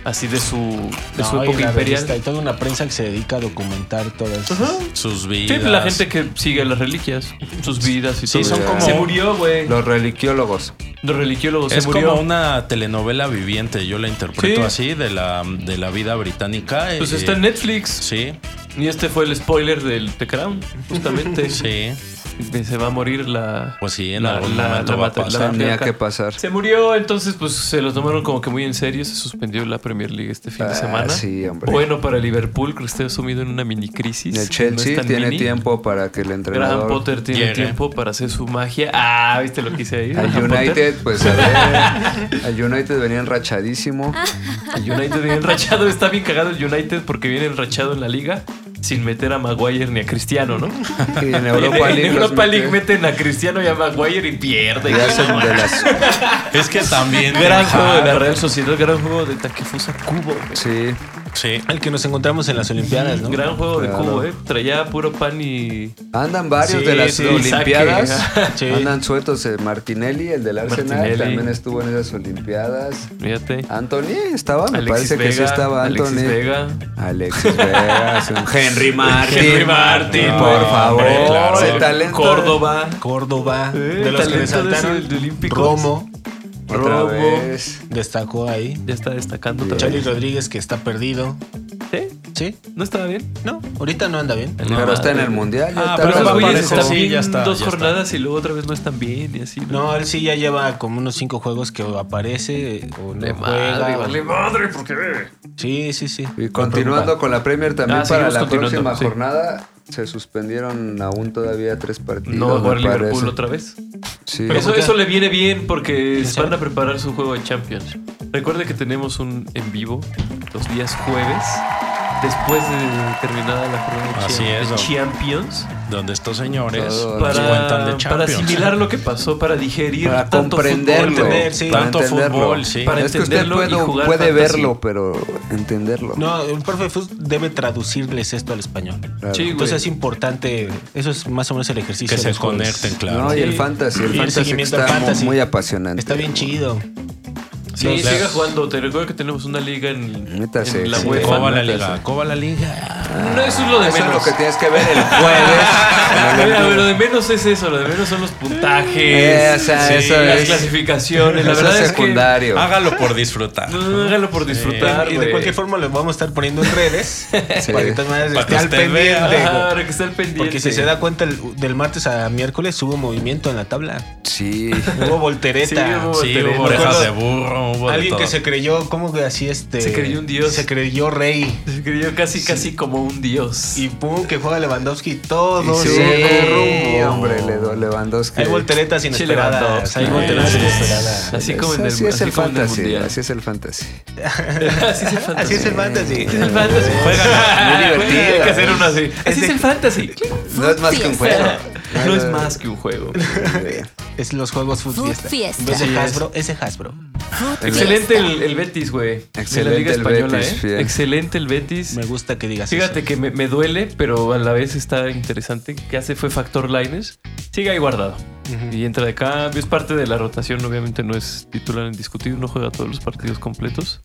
[SPEAKER 3] Así de su, de su
[SPEAKER 5] No, y
[SPEAKER 3] época
[SPEAKER 5] la
[SPEAKER 3] imperial.
[SPEAKER 5] revista, Hay toda una prensa que se dedica a documentar todas. esas-
[SPEAKER 6] Sus
[SPEAKER 3] Sí, pues
[SPEAKER 6] vidas.
[SPEAKER 3] la gente que sigue las reliquias, sus vidas y
[SPEAKER 6] Sí,
[SPEAKER 3] todo.
[SPEAKER 6] son
[SPEAKER 3] Ya.
[SPEAKER 6] como-
[SPEAKER 3] Se murió, güey.
[SPEAKER 4] Los reliquiólogos.
[SPEAKER 3] Los reliquiólogos se
[SPEAKER 6] Es
[SPEAKER 3] murió.
[SPEAKER 6] como Pues una telenovela viviente, yo la interpreto
[SPEAKER 3] Sí.
[SPEAKER 6] así, de la, de la vida británica.
[SPEAKER 3] Pues
[SPEAKER 6] eh,
[SPEAKER 3] está en Netflix.
[SPEAKER 6] Sí,
[SPEAKER 3] Y este fue el spoiler del The Crown, justamente.
[SPEAKER 6] sí.
[SPEAKER 3] De Se va a morir la.
[SPEAKER 6] Pues sí, en
[SPEAKER 3] la-
[SPEAKER 6] algún
[SPEAKER 3] la-
[SPEAKER 6] momento
[SPEAKER 3] la
[SPEAKER 6] va a
[SPEAKER 3] mate- la
[SPEAKER 6] pasar.
[SPEAKER 3] matriarca.
[SPEAKER 4] Tenía que pasar.
[SPEAKER 3] Se murió, entonces pues se los tomaron como que muy en serio. Se suspendió la Premier League este fin de
[SPEAKER 4] Ah,
[SPEAKER 3] semana.
[SPEAKER 4] sí, hombre.
[SPEAKER 3] Bueno para Liverpool, que está sumido en una mini crisis.
[SPEAKER 4] El
[SPEAKER 3] No
[SPEAKER 4] Chelsea
[SPEAKER 3] es tan
[SPEAKER 4] tiene
[SPEAKER 3] mini.
[SPEAKER 4] tiempo para que el
[SPEAKER 3] Graham
[SPEAKER 4] entrenador...
[SPEAKER 3] Potter tiene
[SPEAKER 6] Llegue.
[SPEAKER 3] tiempo para hacer su magia. Ah, ¿viste lo que hice ahí?
[SPEAKER 4] Al
[SPEAKER 3] Graham
[SPEAKER 4] United, pues a ver. Al United venía enrachadísimo.
[SPEAKER 3] Potter? El United viene enrachado. Está bien cagado el United porque viene enrachado en la liga sin meter a Maguire ni a Cristiano, ¿no?
[SPEAKER 4] Y en
[SPEAKER 3] Viene-
[SPEAKER 4] Europa
[SPEAKER 3] en
[SPEAKER 4] League. los
[SPEAKER 3] Europa League
[SPEAKER 4] mete-
[SPEAKER 3] meten a Cristiano y a Maguire y pierde.
[SPEAKER 4] y hacen de las-
[SPEAKER 6] Es que también.
[SPEAKER 3] Gran juego de la
[SPEAKER 6] Ajá.
[SPEAKER 3] Real Sociedad, gran juego de Takefusa Cubo.
[SPEAKER 4] Sí,
[SPEAKER 6] Sí.
[SPEAKER 5] El que nos encontramos en las Olimpiadas, ¿no?
[SPEAKER 3] Gran juego de
[SPEAKER 4] Claro.
[SPEAKER 3] Cubo, eh. Traía puro pan y.
[SPEAKER 4] andan varios
[SPEAKER 3] Sí,
[SPEAKER 4] de las
[SPEAKER 3] sí,
[SPEAKER 4] Olimpiadas.
[SPEAKER 3] saque.
[SPEAKER 5] Sí.
[SPEAKER 4] Andan sueltos. eh, Martinelli, el del Arsenal,
[SPEAKER 3] Martinelli.
[SPEAKER 4] también estuvo en esas Olimpiadas.
[SPEAKER 3] Fíjate.
[SPEAKER 4] Anthony estaba, me
[SPEAKER 3] Alexis
[SPEAKER 4] parece que sí
[SPEAKER 3] Vega,
[SPEAKER 4] estaba eh. Anthony.
[SPEAKER 3] Alexis Vega.
[SPEAKER 4] Alexis Vega, es un Henry Martin.
[SPEAKER 3] Henry Martin,
[SPEAKER 4] No,
[SPEAKER 3] por
[SPEAKER 4] por favor.
[SPEAKER 3] hombre, claro.
[SPEAKER 4] Ese talento.
[SPEAKER 3] Córdoba.
[SPEAKER 5] Córdoba,
[SPEAKER 3] Eh,
[SPEAKER 5] de los que
[SPEAKER 3] talento
[SPEAKER 5] resaltaron,
[SPEAKER 3] de ese- de olímpicos.
[SPEAKER 5] Romo
[SPEAKER 4] Otra
[SPEAKER 3] Robo.
[SPEAKER 4] vez.
[SPEAKER 5] destacó ahí.
[SPEAKER 3] Ya está destacando
[SPEAKER 4] Bien.
[SPEAKER 5] Charlie
[SPEAKER 3] también.
[SPEAKER 5] Rodríguez, que está perdido.
[SPEAKER 3] ¿Sí?
[SPEAKER 5] Sí,
[SPEAKER 3] ¿No estaba bien?
[SPEAKER 5] no, ahorita no anda bien.
[SPEAKER 4] Pero está en el mundial. ya
[SPEAKER 6] Ah,
[SPEAKER 4] está
[SPEAKER 3] Pero
[SPEAKER 6] pero
[SPEAKER 4] la
[SPEAKER 3] esos
[SPEAKER 6] va a
[SPEAKER 3] güeyes
[SPEAKER 6] aparecer.
[SPEAKER 3] están
[SPEAKER 6] Sí,
[SPEAKER 3] bien
[SPEAKER 6] ya está,
[SPEAKER 3] dos
[SPEAKER 6] ya está.
[SPEAKER 3] jornadas y luego otra vez no están bien y así.
[SPEAKER 5] No, él sí ya lleva como unos cinco juegos que aparece eh, o no
[SPEAKER 3] Vale
[SPEAKER 5] juega.
[SPEAKER 3] madre,
[SPEAKER 5] o-
[SPEAKER 3] vale madre, porque.
[SPEAKER 5] Sí, sí, sí.
[SPEAKER 4] Y continuando con la Premier también
[SPEAKER 3] Ah,
[SPEAKER 4] para
[SPEAKER 3] seguimos
[SPEAKER 4] la
[SPEAKER 3] continuando,
[SPEAKER 4] próxima
[SPEAKER 3] sí.
[SPEAKER 4] jornada se suspendieron aún todavía tres partidos.
[SPEAKER 3] No va a
[SPEAKER 4] me
[SPEAKER 3] jugar Liverpool
[SPEAKER 4] parece.
[SPEAKER 3] otra vez.
[SPEAKER 4] Sí.
[SPEAKER 3] Pero eso,
[SPEAKER 5] ¿por qué?
[SPEAKER 3] eso le viene bien porque
[SPEAKER 5] ¿En serio?
[SPEAKER 3] van a preparar su juego de Champions. Recuerde que tenemos un en vivo los días jueves después de terminada la jornada de
[SPEAKER 6] Así
[SPEAKER 3] Champions-
[SPEAKER 6] es, don.
[SPEAKER 3] Champions
[SPEAKER 6] Donde estos señores
[SPEAKER 4] Todo.
[SPEAKER 6] nos cuentan de
[SPEAKER 3] para, para
[SPEAKER 6] Champions.
[SPEAKER 3] asimilar lo que pasó, para digerir,
[SPEAKER 4] para
[SPEAKER 3] tanto
[SPEAKER 4] comprenderlo,
[SPEAKER 3] fútbol,
[SPEAKER 5] entender, sí.
[SPEAKER 4] para
[SPEAKER 6] Tanto
[SPEAKER 4] entenderlo.
[SPEAKER 6] fútbol, sí.
[SPEAKER 3] Para
[SPEAKER 4] es que usted
[SPEAKER 3] entenderlo y
[SPEAKER 4] puede,
[SPEAKER 3] jugar
[SPEAKER 4] puede
[SPEAKER 3] fantasy.
[SPEAKER 4] verlo, pero entenderlo.
[SPEAKER 5] No, el profe Fus debe traducirles esto al español.
[SPEAKER 4] Claro.
[SPEAKER 3] Sí, güey.
[SPEAKER 5] Entonces es importante, eso es más o menos el ejercicio.
[SPEAKER 6] que
[SPEAKER 5] de
[SPEAKER 6] se
[SPEAKER 5] los juegos.
[SPEAKER 6] conecten, claro.
[SPEAKER 4] No, y el
[SPEAKER 3] Sí.
[SPEAKER 4] fantasy, el
[SPEAKER 5] Y el
[SPEAKER 4] fantasy que
[SPEAKER 5] seguimiento al
[SPEAKER 4] está mu-
[SPEAKER 5] fantasy.
[SPEAKER 4] muy apasionante.
[SPEAKER 5] Está bien chido.
[SPEAKER 3] Sí,
[SPEAKER 6] Los-
[SPEAKER 3] siga
[SPEAKER 6] los-
[SPEAKER 3] jugando. Te recuerdo que tenemos una liga en,
[SPEAKER 4] Métase,
[SPEAKER 3] en la
[SPEAKER 4] sí.
[SPEAKER 3] UEFA.
[SPEAKER 6] Coba la
[SPEAKER 4] Fantasy.
[SPEAKER 6] liga, coba la liga.
[SPEAKER 3] No, eso es lo de
[SPEAKER 4] Eso es
[SPEAKER 3] menos.
[SPEAKER 4] lo que tienes que ver el jueves. en el
[SPEAKER 3] Mira,
[SPEAKER 4] Olímpico.
[SPEAKER 3] lo de menos es eso, lo de menos son los puntajes,
[SPEAKER 4] Esa,
[SPEAKER 6] Sí,
[SPEAKER 4] Eh, eso
[SPEAKER 3] las
[SPEAKER 4] es.
[SPEAKER 3] clasificaciones. La
[SPEAKER 4] eso
[SPEAKER 3] verdad
[SPEAKER 4] es
[SPEAKER 3] es que
[SPEAKER 4] secundario.
[SPEAKER 6] Hágalo por disfrutar.
[SPEAKER 3] no, no, hágalo por disfrutar.
[SPEAKER 5] y de
[SPEAKER 3] Ah, güey.
[SPEAKER 5] cualquier forma lo vamos a estar poniendo en redes
[SPEAKER 4] Sí.
[SPEAKER 5] para que todas maneras
[SPEAKER 6] Para
[SPEAKER 5] esté
[SPEAKER 6] que
[SPEAKER 5] al
[SPEAKER 6] usted
[SPEAKER 5] pendiente.
[SPEAKER 6] vea.
[SPEAKER 5] güey.
[SPEAKER 3] Ajá, para que esté al pendiente.
[SPEAKER 5] Porque si se da cuenta el- del martes a miércoles hubo movimiento en la tabla.
[SPEAKER 4] Sí.
[SPEAKER 5] Hubo voltereta.
[SPEAKER 3] Sí, hubo-
[SPEAKER 6] Sí,
[SPEAKER 3] Pero
[SPEAKER 6] hubo
[SPEAKER 3] me
[SPEAKER 6] orejas
[SPEAKER 5] acuerdo-
[SPEAKER 6] de burro, hubo de
[SPEAKER 5] Alguien que
[SPEAKER 6] todo.
[SPEAKER 5] se creyó, ¿cómo que así este?
[SPEAKER 3] Se creyó un dios.
[SPEAKER 5] Se creyó rey.
[SPEAKER 3] Se creyó casi, casi como un dios.
[SPEAKER 5] Y pum, que juega Lewandowski y todo.
[SPEAKER 4] Sí,
[SPEAKER 5] se derrumbó.
[SPEAKER 4] hombre, le do Lewandowski.
[SPEAKER 5] Hay volteretas inesperadas.
[SPEAKER 3] Lewandowski.
[SPEAKER 5] Hay volteretas
[SPEAKER 3] Sí.
[SPEAKER 5] inesperadas.
[SPEAKER 3] así como en el,
[SPEAKER 4] así es
[SPEAKER 3] así
[SPEAKER 4] el
[SPEAKER 3] como en el
[SPEAKER 4] fantasy,
[SPEAKER 3] mundial.
[SPEAKER 4] así es el fantasy.
[SPEAKER 3] Así es el fantasy.
[SPEAKER 5] Así es el fantasy.
[SPEAKER 3] Así es el fantasy.
[SPEAKER 4] Muy divertido.
[SPEAKER 3] Hay que hacer uno así. Así es el fantasy.
[SPEAKER 4] No es más que un juego.
[SPEAKER 3] No es más que un juego.
[SPEAKER 5] Es los juegos Food
[SPEAKER 2] Food
[SPEAKER 5] Fiesta.
[SPEAKER 2] Fiesta.
[SPEAKER 5] En vez de
[SPEAKER 3] Así es.
[SPEAKER 5] Hasbro, ese Hasbro.
[SPEAKER 3] Excelente el, el Betis, güey. De la
[SPEAKER 4] Excelente
[SPEAKER 3] Liga
[SPEAKER 4] el
[SPEAKER 3] Española,
[SPEAKER 4] Betis,
[SPEAKER 3] ¿eh?
[SPEAKER 4] sí.
[SPEAKER 3] Excelente el Betis.
[SPEAKER 5] Me gusta que digas
[SPEAKER 3] Fíjate
[SPEAKER 5] eso.
[SPEAKER 3] que me, me duele, pero a la vez está interesante. ¿Qué hace? Fue Factor Lines. Sigue ahí guardado. Y entra de cambio. Es parte de la rotación. Obviamente no es titular indiscutible. No juega todos los partidos completos.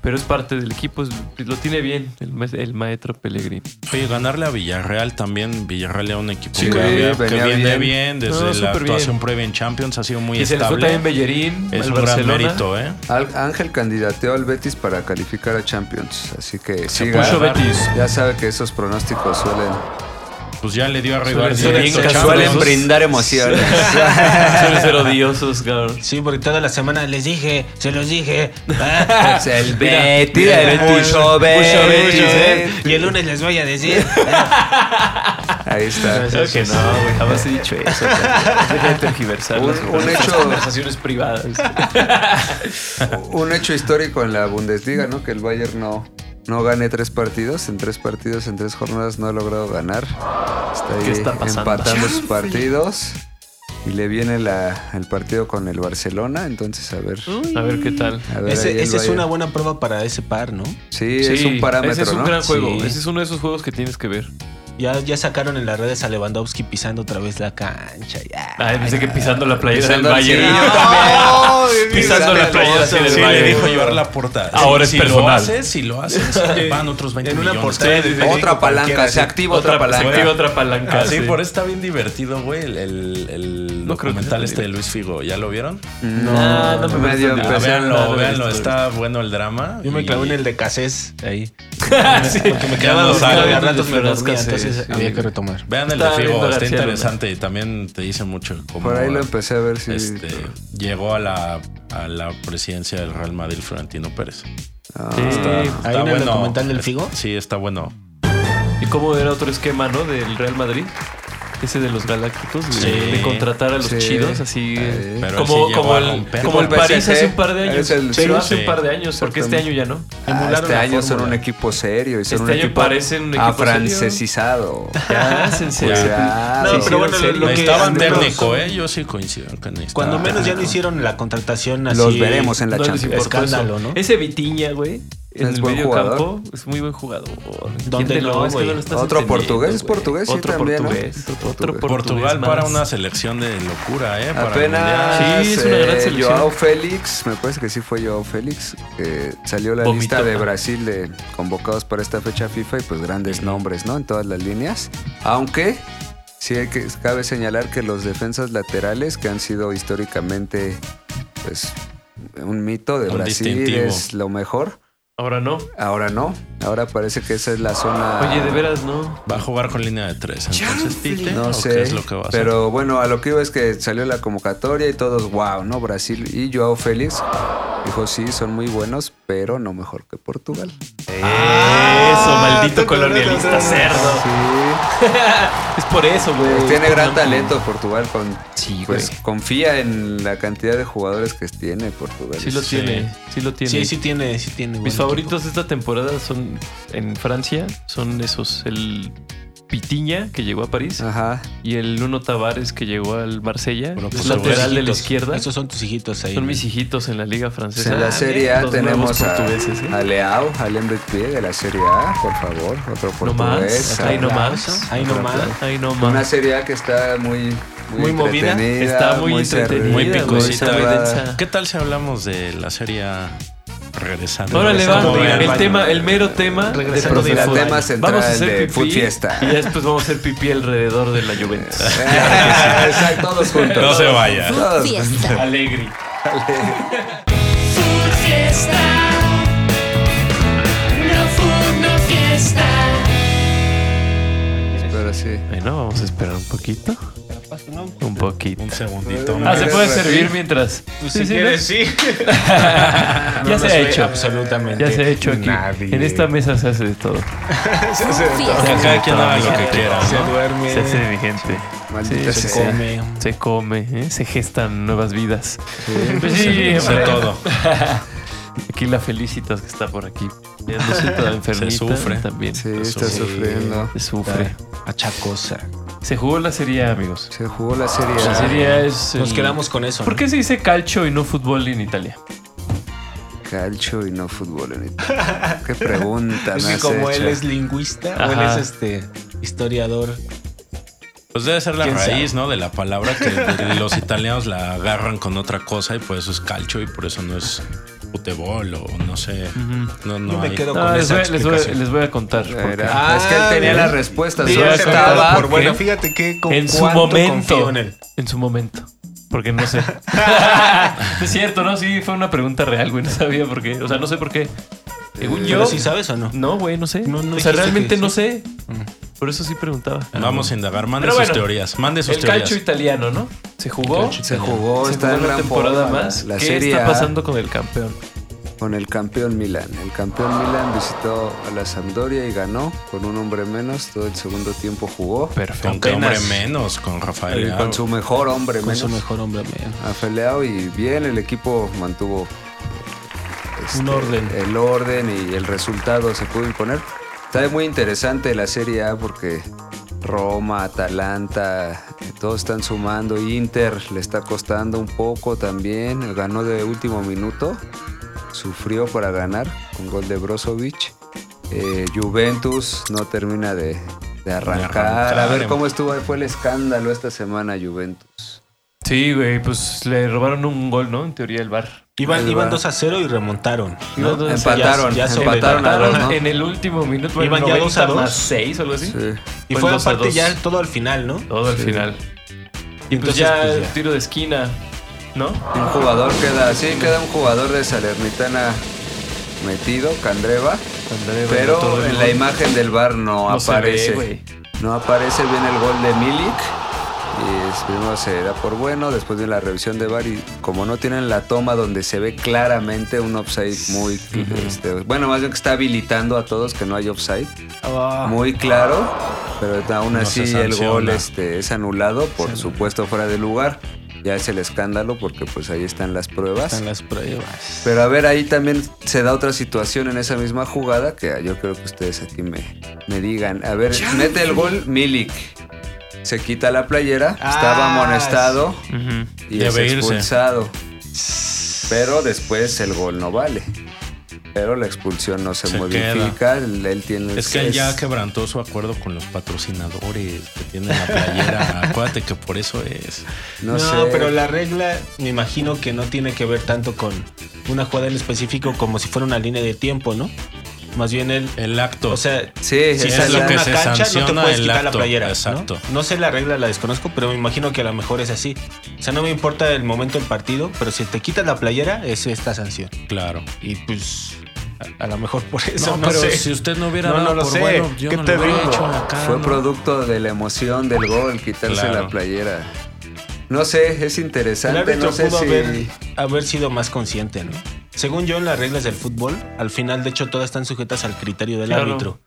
[SPEAKER 3] Pero es parte del equipo. es- lo tiene bien el, ma- el maestro Pellegrini.
[SPEAKER 6] Oye, ganarle a Villarreal también. Villarreal era un equipo
[SPEAKER 4] Sí,
[SPEAKER 6] que, había- que
[SPEAKER 4] venía
[SPEAKER 6] viene bien,
[SPEAKER 4] bien.
[SPEAKER 6] desde
[SPEAKER 3] No,
[SPEAKER 6] la
[SPEAKER 3] súper
[SPEAKER 6] actuación
[SPEAKER 3] bien.
[SPEAKER 6] previa en Champions. Ha sido muy
[SPEAKER 3] Y se le fue
[SPEAKER 6] estable.
[SPEAKER 3] también Bellerín.
[SPEAKER 6] es
[SPEAKER 3] al
[SPEAKER 6] un gran
[SPEAKER 3] Barcelona.
[SPEAKER 6] mérito, ¿eh?
[SPEAKER 4] Al- Ángel candidateó al Betis para calificar a Champions, así que siga.
[SPEAKER 3] Puso Betis.
[SPEAKER 4] Ya sabe que esos pronósticos suelen
[SPEAKER 6] pues ya le dio arriba
[SPEAKER 3] Suele ser bien casual
[SPEAKER 4] Suelen
[SPEAKER 3] Chavos.
[SPEAKER 4] brindar emociones.
[SPEAKER 3] Suelen ser odiosos, cabrón.
[SPEAKER 5] Sí, porque toda la semana les dije, se los dije. ah, pues,
[SPEAKER 4] O sea, el Betty, el eh. Pucho Betty.
[SPEAKER 5] eh, y
[SPEAKER 3] eh.
[SPEAKER 5] el lunes les voy a decir.
[SPEAKER 4] Ahí está.
[SPEAKER 3] Creo que no, güey. Jamás he dicho eso. cabrón. Deja de tergiversar
[SPEAKER 4] Un-
[SPEAKER 3] las
[SPEAKER 4] un
[SPEAKER 3] conversaciones-
[SPEAKER 4] hecho-
[SPEAKER 3] conversaciones privadas.
[SPEAKER 4] Un hecho histórico en la Bundesliga, ¿no? Que el Bayern no, no gane tres partidos. En tres partidos, en tres jornadas no ha logrado ganar. Está ahí
[SPEAKER 3] ¿Qué está pasando?
[SPEAKER 4] empatando sus partidos. Y le viene la- el partido con el Barcelona. Entonces, a ver.
[SPEAKER 3] A ver qué tal.
[SPEAKER 4] A ver, ahí
[SPEAKER 5] Ese-
[SPEAKER 4] el
[SPEAKER 5] Esa es
[SPEAKER 4] Bayern.
[SPEAKER 5] una buena prueba para ese par, ¿no?
[SPEAKER 4] Sí, es un parámetro,
[SPEAKER 3] Ese es un
[SPEAKER 4] ¿no?
[SPEAKER 3] gran juego.
[SPEAKER 5] Sí.
[SPEAKER 3] Ese es uno de esos juegos que tienes que ver.
[SPEAKER 5] Ya, ya sacaron en las redes a Lewandowski pisando otra vez la cancha. Ya.
[SPEAKER 3] Ay, pensé que pisando la playera
[SPEAKER 4] Pisando
[SPEAKER 3] del Bayern.
[SPEAKER 4] así, yo también.
[SPEAKER 3] Pisando la playera así del
[SPEAKER 6] Sí,
[SPEAKER 3] Bayern.
[SPEAKER 6] le dijo llevar la portada.
[SPEAKER 3] Ahora es
[SPEAKER 6] si Lo
[SPEAKER 3] personal.
[SPEAKER 6] haces, si lo haces, van otros 20
[SPEAKER 5] En una
[SPEAKER 6] millones.
[SPEAKER 5] portada de periódico
[SPEAKER 4] Otra
[SPEAKER 5] cualquiera,
[SPEAKER 4] palanca, se
[SPEAKER 5] sí.
[SPEAKER 4] activa otra,
[SPEAKER 3] se
[SPEAKER 4] palanca.
[SPEAKER 3] activa otra palanca.
[SPEAKER 6] Ah, sí,
[SPEAKER 3] sí.
[SPEAKER 6] por eso está bien divertido, güey, el, el, el
[SPEAKER 3] No creo que
[SPEAKER 6] documental
[SPEAKER 3] sea
[SPEAKER 6] este de Luis Figo. ¿Ya lo vieron?
[SPEAKER 3] Ah, no me
[SPEAKER 4] medio
[SPEAKER 3] gusta.
[SPEAKER 6] Ah,
[SPEAKER 4] empecé a
[SPEAKER 3] no,
[SPEAKER 6] véanlo,
[SPEAKER 3] no,
[SPEAKER 6] véanlo.
[SPEAKER 3] no,
[SPEAKER 6] Está bueno el drama.
[SPEAKER 5] Yo me
[SPEAKER 6] y-
[SPEAKER 5] clavé en el de Casés ahí.
[SPEAKER 3] Ah, Sí.
[SPEAKER 5] Porque me quedaba
[SPEAKER 3] Cada
[SPEAKER 5] dormido,
[SPEAKER 3] cada
[SPEAKER 5] a
[SPEAKER 3] vez
[SPEAKER 5] ratos me
[SPEAKER 3] diferentes
[SPEAKER 5] dormía,
[SPEAKER 3] cassettes,
[SPEAKER 5] entonces
[SPEAKER 3] sí.
[SPEAKER 5] había que retomar.
[SPEAKER 6] Vean el de
[SPEAKER 3] Estaba
[SPEAKER 6] Figo,
[SPEAKER 3] viendo
[SPEAKER 6] está
[SPEAKER 3] García Luna.
[SPEAKER 6] interesante y también te dice mucho cómo
[SPEAKER 4] Por ahí lo empecé a ver si.
[SPEAKER 6] este, llegó a la, a la presidencia del Real Madrid Florentino Pérez.
[SPEAKER 4] Ah,
[SPEAKER 3] Sí.
[SPEAKER 6] Está
[SPEAKER 5] Ahí en el documental del Figo.
[SPEAKER 6] Sí, está bueno.
[SPEAKER 3] Y cómo era otro esquema, ¿no? Del Real Madrid. Ese de los Galácticos, de,
[SPEAKER 6] Sí.
[SPEAKER 3] de contratar a los
[SPEAKER 4] Sí.
[SPEAKER 3] chidos, así. eh,
[SPEAKER 6] Pero él
[SPEAKER 3] como
[SPEAKER 6] sí llegó
[SPEAKER 3] como
[SPEAKER 6] a
[SPEAKER 3] el,
[SPEAKER 6] romper.
[SPEAKER 3] como el
[SPEAKER 4] Como el
[SPEAKER 3] París
[SPEAKER 4] PSG,
[SPEAKER 3] hace un par de años.
[SPEAKER 4] es el-
[SPEAKER 3] pero
[SPEAKER 4] sí,
[SPEAKER 3] hace un
[SPEAKER 6] sí.
[SPEAKER 3] par de años, porque este año ya no.
[SPEAKER 4] Ah,
[SPEAKER 5] Emularon
[SPEAKER 4] este
[SPEAKER 5] la
[SPEAKER 4] año son
[SPEAKER 5] fórmula.
[SPEAKER 4] un equipo serio y son
[SPEAKER 3] Este
[SPEAKER 4] un
[SPEAKER 3] año
[SPEAKER 4] equipo
[SPEAKER 3] parecen un equipo
[SPEAKER 4] afrancesizado.
[SPEAKER 3] Ah, pues Ya, es en
[SPEAKER 4] Pues
[SPEAKER 3] serio.
[SPEAKER 4] Cuidado.
[SPEAKER 3] Sí,
[SPEAKER 5] No, pero
[SPEAKER 3] sí,
[SPEAKER 5] bueno,
[SPEAKER 3] sí.
[SPEAKER 5] lo, lo que
[SPEAKER 6] Estaban
[SPEAKER 5] al menos-
[SPEAKER 6] técnico, ¿eh? Yo sí coincido con esto.
[SPEAKER 5] Cuando menos ya no hicieron la contratación así.
[SPEAKER 4] Los veremos eh. en la
[SPEAKER 3] No les
[SPEAKER 4] Champions.
[SPEAKER 3] importó eso.
[SPEAKER 5] Escándalo, ¿no?
[SPEAKER 3] Pues, Ese Vitiña, güey. En
[SPEAKER 4] Es
[SPEAKER 3] el
[SPEAKER 4] buen
[SPEAKER 3] medio
[SPEAKER 4] jugador.
[SPEAKER 3] campo es muy buen jugador.
[SPEAKER 5] ¿Dónde
[SPEAKER 3] Entiéndelo,
[SPEAKER 5] no,
[SPEAKER 3] es que
[SPEAKER 5] güey?
[SPEAKER 3] no lo estás
[SPEAKER 4] Otro
[SPEAKER 3] entendiendo,
[SPEAKER 4] portugués,
[SPEAKER 3] güey.
[SPEAKER 4] portugués, sí,
[SPEAKER 3] Otro
[SPEAKER 4] también, ¿no?
[SPEAKER 3] portugués.
[SPEAKER 4] Otro
[SPEAKER 3] Otro
[SPEAKER 4] portugués.
[SPEAKER 6] Portugal para
[SPEAKER 3] más.
[SPEAKER 6] una selección de locura, ¿eh? Para el Mundial.
[SPEAKER 4] Apenas
[SPEAKER 3] Sí, es una gran
[SPEAKER 4] eh,
[SPEAKER 3] selección.
[SPEAKER 4] Joao Félix, me parece que sí fue Joao Félix, que salió la
[SPEAKER 3] Vomitó,
[SPEAKER 4] lista de
[SPEAKER 3] ¿no?
[SPEAKER 4] Brasil de convocados para esta fecha FIFA y pues grandes nombres, ¿no? En todas las líneas. Aunque sí hay que, cabe señalar que los defensas laterales que han sido históricamente pues un mito de
[SPEAKER 6] Un
[SPEAKER 4] Brasil
[SPEAKER 6] distintivo.
[SPEAKER 4] es lo mejor.
[SPEAKER 3] Ahora no.
[SPEAKER 4] Ahora no, ahora parece que esa es la zona...
[SPEAKER 3] Oye, de veras no.
[SPEAKER 6] Va a jugar con línea de tres. Entonces, Tite, ¿o
[SPEAKER 4] No
[SPEAKER 6] qué
[SPEAKER 4] sé,
[SPEAKER 6] es lo que va a hacer?
[SPEAKER 4] pero bueno, a lo que iba es que salió la convocatoria y todos, wow, ¿no? Brasil y Joao Félix dijo, sí, son muy buenos, pero no mejor que Portugal.
[SPEAKER 3] eso, maldito colonialista cerdo.
[SPEAKER 4] Sí,
[SPEAKER 3] Es por eso, güey.
[SPEAKER 4] Pues tiene
[SPEAKER 3] Por
[SPEAKER 4] gran
[SPEAKER 3] la-
[SPEAKER 4] talento Portugal, con,
[SPEAKER 3] Sí, güey.
[SPEAKER 4] pues confía en la cantidad de jugadores que tiene Portugal.
[SPEAKER 3] Sí lo
[SPEAKER 6] Sí.
[SPEAKER 3] tiene. Sí lo tiene.
[SPEAKER 5] Sí, sí tiene, sí tiene. buen
[SPEAKER 3] Mis
[SPEAKER 5] equipo.
[SPEAKER 3] favoritos de esta temporada son en Francia, son esos, el Pitiña que llegó a París
[SPEAKER 4] Ajá.
[SPEAKER 3] y el Nuno Tavares que llegó al Marsella,
[SPEAKER 6] Bueno,
[SPEAKER 3] Es
[SPEAKER 6] pues,
[SPEAKER 3] lateral de la
[SPEAKER 5] Hijitos.
[SPEAKER 3] izquierda.
[SPEAKER 5] Estos son tus hijitos ahí.
[SPEAKER 3] Son mis hijitos en la liga francesa.
[SPEAKER 4] en
[SPEAKER 3] Ah,
[SPEAKER 4] la Serie A
[SPEAKER 3] bien, los nuevos
[SPEAKER 4] tenemos a,
[SPEAKER 3] portugueses, ¿eh?
[SPEAKER 4] a Leao, a Lembetie de la Serie A, por favor, otro
[SPEAKER 3] No más,
[SPEAKER 4] portugués.
[SPEAKER 3] ahí no
[SPEAKER 4] Alaba.
[SPEAKER 3] más,
[SPEAKER 5] Ahí nomás.
[SPEAKER 3] ahí no
[SPEAKER 4] Una
[SPEAKER 3] más.
[SPEAKER 4] serie A que está muy,
[SPEAKER 5] Muy movida.
[SPEAKER 4] entretenida,
[SPEAKER 3] Está muy entretenida,
[SPEAKER 6] Muy
[SPEAKER 3] Mira,
[SPEAKER 6] picosita.
[SPEAKER 3] güey,
[SPEAKER 4] cerrada.
[SPEAKER 3] muy densa.
[SPEAKER 6] ¿Qué tal si hablamos de la serie A regresando?
[SPEAKER 3] Órale, va.
[SPEAKER 6] Regresando
[SPEAKER 5] Regresando
[SPEAKER 6] al
[SPEAKER 3] El
[SPEAKER 6] baño.
[SPEAKER 3] tema, el mero tema de
[SPEAKER 5] Regresando
[SPEAKER 3] Profe
[SPEAKER 5] del
[SPEAKER 3] Fútbol.
[SPEAKER 5] tema
[SPEAKER 4] central
[SPEAKER 3] Vamos a hacer
[SPEAKER 4] de
[SPEAKER 3] pipí
[SPEAKER 4] Food Fiesta.
[SPEAKER 3] Y ya después vamos a hacer pipí alrededor de la Juventus.
[SPEAKER 4] Exacto, todos juntos.
[SPEAKER 6] No se vaya.
[SPEAKER 4] Todos.
[SPEAKER 2] fiesta.
[SPEAKER 3] Alegri.
[SPEAKER 1] Food Fiesta. No Food No Fiesta.
[SPEAKER 4] Pero sí.
[SPEAKER 3] Bueno, vamos a esperar un poquito. Un poquito.
[SPEAKER 6] Un segundito.
[SPEAKER 3] Ah,
[SPEAKER 6] más.
[SPEAKER 3] se puede servir mientras. Sí, sí, ¿no?
[SPEAKER 5] sí.
[SPEAKER 3] Ya se ha hecho.
[SPEAKER 5] Absolutamente.
[SPEAKER 3] Ya se ha hecho aquí.
[SPEAKER 5] Nadie.
[SPEAKER 3] En esta mesa se hace de todo.
[SPEAKER 6] Que
[SPEAKER 2] Fiesta.
[SPEAKER 6] cada quien haga lo que quiera.
[SPEAKER 5] Se
[SPEAKER 6] ¿no?
[SPEAKER 5] duerme.
[SPEAKER 3] Se hace de gente.
[SPEAKER 4] Maldita
[SPEAKER 3] Sí,
[SPEAKER 5] se
[SPEAKER 4] sea.
[SPEAKER 5] come.
[SPEAKER 3] Se come, ¿eh? se gestan nuevas vidas. Pues
[SPEAKER 6] Se hace
[SPEAKER 3] hombre.
[SPEAKER 6] todo.
[SPEAKER 3] Aquí la felicitas que está por aquí. Ya no sé, toda enfermita.
[SPEAKER 6] sufre.
[SPEAKER 3] También.
[SPEAKER 4] Sí,
[SPEAKER 3] Se
[SPEAKER 4] está
[SPEAKER 6] Sí.
[SPEAKER 4] sufriendo.
[SPEAKER 3] sufre.
[SPEAKER 5] Achacosa.
[SPEAKER 3] Se jugó la serie, A, amigos.
[SPEAKER 4] Se jugó la serie
[SPEAKER 3] La
[SPEAKER 4] A.
[SPEAKER 3] serie A es.
[SPEAKER 5] Nos
[SPEAKER 3] el-
[SPEAKER 5] quedamos con eso.
[SPEAKER 3] ¿Por
[SPEAKER 5] ¿no?
[SPEAKER 3] qué se dice calcio y no fútbol en Italia?
[SPEAKER 4] Calcio y no fútbol en Italia. Qué pregunta,
[SPEAKER 5] Es
[SPEAKER 4] me
[SPEAKER 5] que
[SPEAKER 4] has
[SPEAKER 5] como
[SPEAKER 4] hecho.
[SPEAKER 5] él es lingüista o
[SPEAKER 3] Ajá.
[SPEAKER 5] él es este historiador.
[SPEAKER 6] Pues debe ser la
[SPEAKER 5] ¿Quién
[SPEAKER 6] raíz, ¿no? De la palabra que de- los italianos la agarran con otra cosa y por eso es calcio y por eso no es futebol o no sé. No, no
[SPEAKER 5] Yo me
[SPEAKER 6] hay-
[SPEAKER 5] quedo
[SPEAKER 3] No,
[SPEAKER 5] con
[SPEAKER 3] les
[SPEAKER 5] esa
[SPEAKER 3] voy, les voy-
[SPEAKER 6] explicación.
[SPEAKER 3] les voy a contar. porque-
[SPEAKER 4] Era-
[SPEAKER 5] Ah,
[SPEAKER 4] es que él tenía
[SPEAKER 5] bien.
[SPEAKER 4] las respuestas.
[SPEAKER 3] Sí,
[SPEAKER 4] Solo
[SPEAKER 3] ya se acabó
[SPEAKER 4] estaba
[SPEAKER 3] por bueno.
[SPEAKER 4] que-
[SPEAKER 5] fíjate que con
[SPEAKER 3] en su
[SPEAKER 5] cuánto
[SPEAKER 3] momento.
[SPEAKER 5] confío
[SPEAKER 3] En,
[SPEAKER 5] en él.
[SPEAKER 3] su momento. Porque no sé. es cierto, ¿no? Sí, fue una pregunta real, güey. No sabía por qué. O sea, no sé por qué. Según
[SPEAKER 5] Pero
[SPEAKER 3] yo.
[SPEAKER 5] si sabes o no.
[SPEAKER 3] No, güey, no sé.
[SPEAKER 5] No, no
[SPEAKER 3] o sea,
[SPEAKER 5] dijiste
[SPEAKER 3] realmente
[SPEAKER 5] que
[SPEAKER 3] no
[SPEAKER 5] sí. Mm.
[SPEAKER 3] sé. Por eso sí preguntaba.
[SPEAKER 6] Vamos a indagar. Mande
[SPEAKER 3] Pero
[SPEAKER 6] sus
[SPEAKER 3] Ah, bueno,
[SPEAKER 6] teorías. Mande sus
[SPEAKER 3] el
[SPEAKER 6] teorías.
[SPEAKER 3] calcio italiano, ¿no? Se jugó.
[SPEAKER 4] Se jugó,
[SPEAKER 3] se
[SPEAKER 4] está
[SPEAKER 3] jugó
[SPEAKER 4] en
[SPEAKER 3] una
[SPEAKER 4] gran
[SPEAKER 3] temporada
[SPEAKER 4] forma,
[SPEAKER 3] más.
[SPEAKER 4] La
[SPEAKER 3] ¿Qué
[SPEAKER 4] serie
[SPEAKER 3] está
[SPEAKER 4] A
[SPEAKER 3] pasando con el campeón?
[SPEAKER 4] con el campeón Milan. El campeón Milan visitó a la Sampdoria y ganó con un hombre menos. Todo el segundo tiempo jugó.
[SPEAKER 6] Con
[SPEAKER 3] Perfecto.
[SPEAKER 6] qué hombre
[SPEAKER 3] Apenas.
[SPEAKER 6] menos, con Rafael.
[SPEAKER 4] Y
[SPEAKER 6] Leao.
[SPEAKER 4] con su mejor hombre
[SPEAKER 5] Con
[SPEAKER 4] menos.
[SPEAKER 5] su mejor hombre. man.
[SPEAKER 4] A Feleao y bien el equipo mantuvo este,
[SPEAKER 5] Un orden.
[SPEAKER 4] el orden y el resultado se pudo imponer. Está muy interesante la Serie A porque Roma, Atalanta, eh, todos están sumando. Inter le está costando un poco también. Ganó de último minuto. Sufrió para ganar con gol de Brozovic. Eh, Juventus no termina de, de arrancar. A
[SPEAKER 6] arrancar,
[SPEAKER 4] ver
[SPEAKER 6] em-
[SPEAKER 4] cómo estuvo, fue el escándalo esta semana Juventus.
[SPEAKER 3] Sí, güey, pues le robaron un gol, ¿no? En teoría el bar.
[SPEAKER 5] Iban,
[SPEAKER 4] Ahí
[SPEAKER 5] iban
[SPEAKER 4] va.
[SPEAKER 5] 2 a 0 y remontaron.
[SPEAKER 3] Iban
[SPEAKER 5] ¿no?
[SPEAKER 3] dos a
[SPEAKER 5] Ya-
[SPEAKER 3] cero.
[SPEAKER 4] Empataron,
[SPEAKER 5] ya sobre-
[SPEAKER 4] empataron a dos, ¿no?
[SPEAKER 3] En el último minuto.
[SPEAKER 5] Iban
[SPEAKER 3] en
[SPEAKER 5] ya dos a
[SPEAKER 3] 90 más
[SPEAKER 5] dos.
[SPEAKER 3] 6 o algo así.
[SPEAKER 4] Sí.
[SPEAKER 5] Y
[SPEAKER 3] Fue
[SPEAKER 5] fue
[SPEAKER 3] el dos a
[SPEAKER 5] aparte
[SPEAKER 3] dos.
[SPEAKER 5] ya todo al final, ¿no?
[SPEAKER 3] Todo al
[SPEAKER 4] Sí.
[SPEAKER 3] final.
[SPEAKER 5] Y
[SPEAKER 3] Pues
[SPEAKER 5] entonces
[SPEAKER 3] ya,
[SPEAKER 5] pues, ya.
[SPEAKER 3] tiro de esquina, ¿no?
[SPEAKER 4] Un jugador queda, sí, queda un jugador de Salernitana metido, Candreva,
[SPEAKER 3] todo
[SPEAKER 4] pero
[SPEAKER 3] el
[SPEAKER 4] en la
[SPEAKER 3] gol.
[SPEAKER 4] imagen del bar no,
[SPEAKER 3] No se ve,
[SPEAKER 4] aparece.
[SPEAKER 3] güey.
[SPEAKER 4] no aparece bien el gol de Milik. Y es- primero se da por bueno, después de la revisión de VAR y como no tienen la toma donde se ve claramente un offside muy... este, bueno, más bien que está habilitando a todos que no hay offside. Muy claro, pero aún
[SPEAKER 6] Ah. No se
[SPEAKER 4] así el
[SPEAKER 6] sanciona.
[SPEAKER 4] gol este, es anulado, por supuesto fuera de lugar. Ya es el escándalo porque pues ahí están las pruebas.
[SPEAKER 5] Están las pruebas.
[SPEAKER 4] Pero a ver, ahí también se da otra situación en esa misma jugada que yo creo que ustedes aquí me, me digan. A ver, mete el gol Milik. Se quita la playera,
[SPEAKER 5] Ah,
[SPEAKER 4] estaba amonestado
[SPEAKER 3] Ujú.
[SPEAKER 4] y
[SPEAKER 6] Debe
[SPEAKER 4] es
[SPEAKER 6] irse.
[SPEAKER 4] expulsado. Pero después el gol no vale. Pero la expulsión no se,
[SPEAKER 6] Se
[SPEAKER 4] modifica. Él, él tiene
[SPEAKER 6] Es que él ya
[SPEAKER 4] es-
[SPEAKER 6] quebrantó su acuerdo con los patrocinadores que tienen la playera. Acuérdate que por eso es.
[SPEAKER 4] No,
[SPEAKER 5] No,
[SPEAKER 4] sé.
[SPEAKER 5] pero la regla me imagino que no tiene que ver tanto con una jugada en específico como si fuera una línea de tiempo, ¿no? Más bien él,
[SPEAKER 6] El acto.
[SPEAKER 5] o sea,
[SPEAKER 4] Sí,
[SPEAKER 5] si
[SPEAKER 6] es
[SPEAKER 5] estás
[SPEAKER 6] lo
[SPEAKER 5] en
[SPEAKER 6] que
[SPEAKER 5] una
[SPEAKER 6] se
[SPEAKER 5] cancha no te
[SPEAKER 6] sanciona
[SPEAKER 5] puedes
[SPEAKER 6] el
[SPEAKER 5] quitar la
[SPEAKER 6] acto,
[SPEAKER 5] playera,
[SPEAKER 6] exacto.
[SPEAKER 5] ¿no? No sé la regla, la desconozco, pero me imagino que a lo mejor es así. O sea, no me importa el momento del partido, pero si te quitas la playera es esta sanción.
[SPEAKER 6] claro.
[SPEAKER 5] Y pues a, a lo mejejor por eso
[SPEAKER 6] No,
[SPEAKER 5] no,
[SPEAKER 6] pero
[SPEAKER 5] sé.
[SPEAKER 6] si usted no hubiera
[SPEAKER 5] No,
[SPEAKER 6] dado
[SPEAKER 5] no lo
[SPEAKER 6] por
[SPEAKER 5] sé.
[SPEAKER 6] bueno, yo
[SPEAKER 5] ¿Qué
[SPEAKER 6] no
[SPEAKER 5] te
[SPEAKER 6] lo hubiera
[SPEAKER 5] digo?
[SPEAKER 6] hecho acá,
[SPEAKER 4] Fue
[SPEAKER 6] ¿no?
[SPEAKER 4] producto de la emoción del gol, quitarse
[SPEAKER 6] Claro.
[SPEAKER 4] la playera. No sé, es
[SPEAKER 5] El
[SPEAKER 4] interesante,
[SPEAKER 5] árbitro
[SPEAKER 4] no sé
[SPEAKER 5] pudo
[SPEAKER 4] si...
[SPEAKER 5] haber, haber sido más consciente, ¿no? Según yo, en las reglas del fútbol, al final, de hecho, todas están sujetas al criterio del
[SPEAKER 3] Claro.
[SPEAKER 5] árbitro.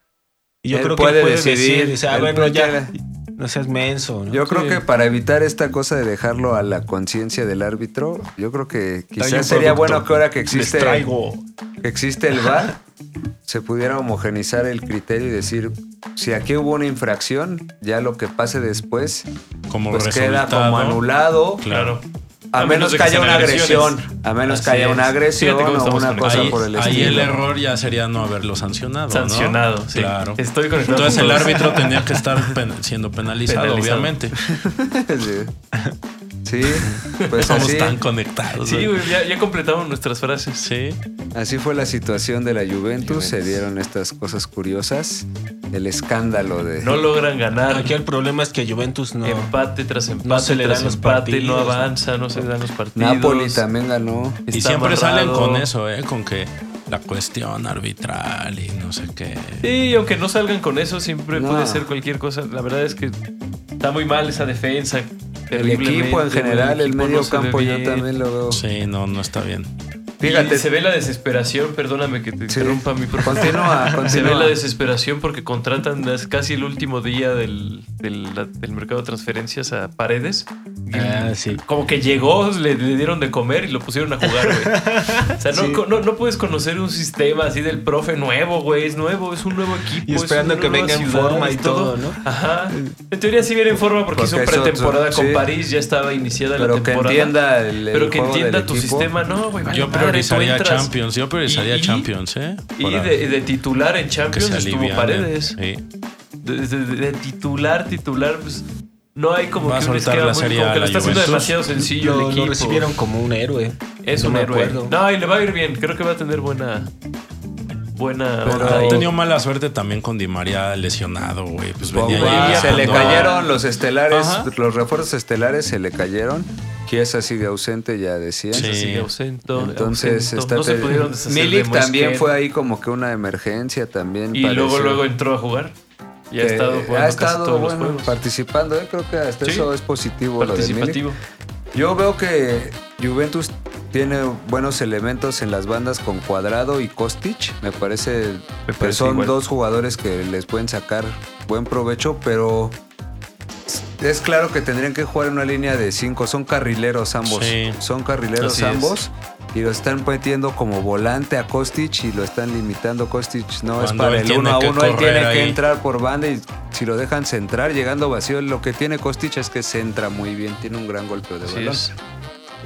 [SPEAKER 5] Y yo
[SPEAKER 4] Él
[SPEAKER 5] creo que
[SPEAKER 4] puede
[SPEAKER 5] él puede
[SPEAKER 4] decidir,
[SPEAKER 5] decidir, o sea, a
[SPEAKER 4] él
[SPEAKER 5] ver, no, ya,
[SPEAKER 4] puede-
[SPEAKER 5] no seas menso. ¿no?
[SPEAKER 4] Yo creo
[SPEAKER 5] Sí.
[SPEAKER 4] que para evitar esta cosa de dejarlo a la conciencia del árbitro, yo creo que
[SPEAKER 5] Hay un
[SPEAKER 4] quizás sería
[SPEAKER 5] producto.
[SPEAKER 4] bueno que ahora que existe,
[SPEAKER 5] Les traigo.
[SPEAKER 4] que existe el VAR, se pudiera homogenizar el criterio y decir, si aquí hubo una infracción, ya lo que pase después,
[SPEAKER 6] Como
[SPEAKER 4] pues queda
[SPEAKER 6] resultado.
[SPEAKER 4] como anulado,
[SPEAKER 6] Claro.
[SPEAKER 4] a, menos que haya
[SPEAKER 3] sean
[SPEAKER 4] una agresión,
[SPEAKER 3] agresiones.
[SPEAKER 4] a menos que
[SPEAKER 3] Así
[SPEAKER 4] haya
[SPEAKER 3] es.
[SPEAKER 4] una agresión
[SPEAKER 3] Fíjate cómo
[SPEAKER 4] o
[SPEAKER 3] estamos
[SPEAKER 4] una cosa
[SPEAKER 6] Ahí,
[SPEAKER 4] por el
[SPEAKER 6] ahí
[SPEAKER 4] estilo.
[SPEAKER 6] el error ya sería no haberlo sancionado. ¿no?
[SPEAKER 3] Sancionado, sí.
[SPEAKER 6] Claro.
[SPEAKER 3] Estoy conectado
[SPEAKER 6] Entonces
[SPEAKER 3] con
[SPEAKER 6] el
[SPEAKER 3] todos.
[SPEAKER 6] árbitro tenía que estar pen- siendo penalizado,
[SPEAKER 3] Penalizado.
[SPEAKER 6] obviamente.
[SPEAKER 4] Pues Sí. Sí, pues
[SPEAKER 6] Estamos
[SPEAKER 4] así,
[SPEAKER 6] tan conectados.
[SPEAKER 3] Sí,
[SPEAKER 6] ¿no?
[SPEAKER 3] güey, ya, ya completaron nuestras frases.
[SPEAKER 6] Sí.
[SPEAKER 4] así fue la situación de la Juventus. Se dieron estas cosas curiosas. El escándalo de.
[SPEAKER 3] No logran ganar.
[SPEAKER 5] Aquí el problema es que Juventus no.
[SPEAKER 3] Empate tras empate,
[SPEAKER 5] se le dan
[SPEAKER 3] tras
[SPEAKER 5] los
[SPEAKER 3] empate, no
[SPEAKER 5] partidos, ¿no?
[SPEAKER 3] avanza, no se le dan los partidos.
[SPEAKER 4] Napoli también ganó.
[SPEAKER 6] Y
[SPEAKER 3] Está
[SPEAKER 6] siempre salen
[SPEAKER 3] amarrado.
[SPEAKER 6] con eso, ¿eh? Con que la cuestión arbitral y no sé qué.
[SPEAKER 3] Sí, aunque no salgan con eso, siempre
[SPEAKER 4] No.
[SPEAKER 3] puede ser cualquier cosa. La verdad es que está muy mal esa defensa.
[SPEAKER 4] El equipo en general, el medio campo, yo también lo veo.
[SPEAKER 6] Sí, no, no está bien.
[SPEAKER 3] Fíjate,
[SPEAKER 4] Fíjate.
[SPEAKER 3] se ve la desesperación, perdóname que te
[SPEAKER 4] Sí.
[SPEAKER 3] interrumpa mi profe.
[SPEAKER 4] Continúa,
[SPEAKER 3] Se ve
[SPEAKER 4] continúa.
[SPEAKER 3] la desesperación porque contratan las- casi el último día del, del- la- del mercado de transferencias a Paredes. Y
[SPEAKER 5] Ah, sí.
[SPEAKER 3] Como que llegó, le, le dieron de comer y lo pusieron a jugar, güey. O sea, no,
[SPEAKER 4] Sí.
[SPEAKER 3] co- no, no puedes conocer un sistema así del profe nuevo, güey. Es nuevo, es un nuevo equipo.
[SPEAKER 5] Y
[SPEAKER 3] es
[SPEAKER 5] esperando
[SPEAKER 3] una
[SPEAKER 5] que
[SPEAKER 3] nueva
[SPEAKER 5] venga en
[SPEAKER 3] ciudad,
[SPEAKER 5] forma
[SPEAKER 3] es
[SPEAKER 5] y todo, ¿no?
[SPEAKER 3] Ajá. En teoría sí viene en forma porque,
[SPEAKER 4] Porque
[SPEAKER 3] hizo
[SPEAKER 4] eso-
[SPEAKER 3] pretemporada con
[SPEAKER 4] sí.
[SPEAKER 3] París, ya estaba iniciada la
[SPEAKER 4] Pero que
[SPEAKER 3] temporada.
[SPEAKER 4] entienda el. el
[SPEAKER 3] pero que
[SPEAKER 4] juego del
[SPEAKER 3] entienda tu
[SPEAKER 4] equipo.
[SPEAKER 3] sistema, no, güey. vale
[SPEAKER 6] Yo
[SPEAKER 3] madre, tú
[SPEAKER 6] priorizaría
[SPEAKER 3] entras.
[SPEAKER 6] Champions, yo priorizaría
[SPEAKER 3] Y- y-
[SPEAKER 6] Champions, ¿eh?
[SPEAKER 3] Y
[SPEAKER 6] Para
[SPEAKER 3] de, de titular en
[SPEAKER 6] que
[SPEAKER 3] Champions
[SPEAKER 6] se
[SPEAKER 3] estuvo
[SPEAKER 6] alivianen.
[SPEAKER 3] Paredes.
[SPEAKER 6] Sí.
[SPEAKER 3] De, de- de titular, titular, pues no hay como
[SPEAKER 6] Va a
[SPEAKER 3] que un
[SPEAKER 6] soltar
[SPEAKER 3] esquema
[SPEAKER 6] la
[SPEAKER 3] muy-
[SPEAKER 6] Serie
[SPEAKER 3] como
[SPEAKER 6] A
[SPEAKER 3] que lo
[SPEAKER 6] la
[SPEAKER 3] está haciendo
[SPEAKER 6] Juventus.
[SPEAKER 3] demasiado sencillo
[SPEAKER 5] Lo,
[SPEAKER 3] el
[SPEAKER 5] lo
[SPEAKER 3] equipo.
[SPEAKER 5] recibieron como un héroe.
[SPEAKER 3] Es
[SPEAKER 5] No
[SPEAKER 3] un
[SPEAKER 5] me
[SPEAKER 3] héroe.
[SPEAKER 5] acuerdo.
[SPEAKER 3] No, y le va a ir bien. Creo que va a tener buena. Buena.
[SPEAKER 4] Pero-
[SPEAKER 3] onda ahí.
[SPEAKER 6] Ha tenido mala suerte también con Di María lesionado, güey. Pues venía
[SPEAKER 4] Pogba,
[SPEAKER 6] llegando.
[SPEAKER 4] se le
[SPEAKER 3] no.
[SPEAKER 4] cayeron los estelares,
[SPEAKER 6] Ajá.
[SPEAKER 4] los refuerzos estelares se le cayeron. Kiesa sigue ausente, ya decía.
[SPEAKER 6] Sí.
[SPEAKER 3] Sigue ausente,
[SPEAKER 4] Entonces,
[SPEAKER 3] ausente.
[SPEAKER 4] está
[SPEAKER 3] no se
[SPEAKER 4] te-
[SPEAKER 3] pudieron deshacer de
[SPEAKER 4] Milik también
[SPEAKER 3] Mosquera.
[SPEAKER 4] fue ahí como que una emergencia también.
[SPEAKER 3] Y luego,
[SPEAKER 4] pareció.
[SPEAKER 3] luego entró a jugar. Y ha
[SPEAKER 4] que
[SPEAKER 3] estado jugando
[SPEAKER 4] ha
[SPEAKER 3] casi
[SPEAKER 4] estado,
[SPEAKER 3] todos los
[SPEAKER 4] bueno,
[SPEAKER 3] juegos.
[SPEAKER 4] participando. eh, Creo que hasta
[SPEAKER 3] Sí.
[SPEAKER 4] eso es positivo. lo de Milik.
[SPEAKER 3] Participativo.
[SPEAKER 4] Yo veo que Juventus tiene buenos elementos en las bandas con Cuadrado y Kostic. Me parece,
[SPEAKER 3] Me
[SPEAKER 4] que
[SPEAKER 3] parece
[SPEAKER 4] son
[SPEAKER 3] igual.
[SPEAKER 4] dos jugadores que les pueden sacar buen provecho, pero es claro que tendrían que jugar en una línea de cinco. Son carrileros ambos.
[SPEAKER 6] Sí.
[SPEAKER 4] Son carrileros
[SPEAKER 6] Así es.
[SPEAKER 4] ambos. Y lo están metiendo como volante a Kostic y lo están limitando. Kostic no es
[SPEAKER 6] Cuando
[SPEAKER 4] para
[SPEAKER 6] él
[SPEAKER 4] el uno a
[SPEAKER 6] tiene que
[SPEAKER 4] uno. Él
[SPEAKER 6] correr
[SPEAKER 4] tiene que
[SPEAKER 6] ahí.
[SPEAKER 4] entrar por banda y si lo dejan centrar llegando vacío, lo que tiene Kostic es que centra muy bien. Tiene un gran golpe de
[SPEAKER 3] Así
[SPEAKER 4] balón
[SPEAKER 3] es.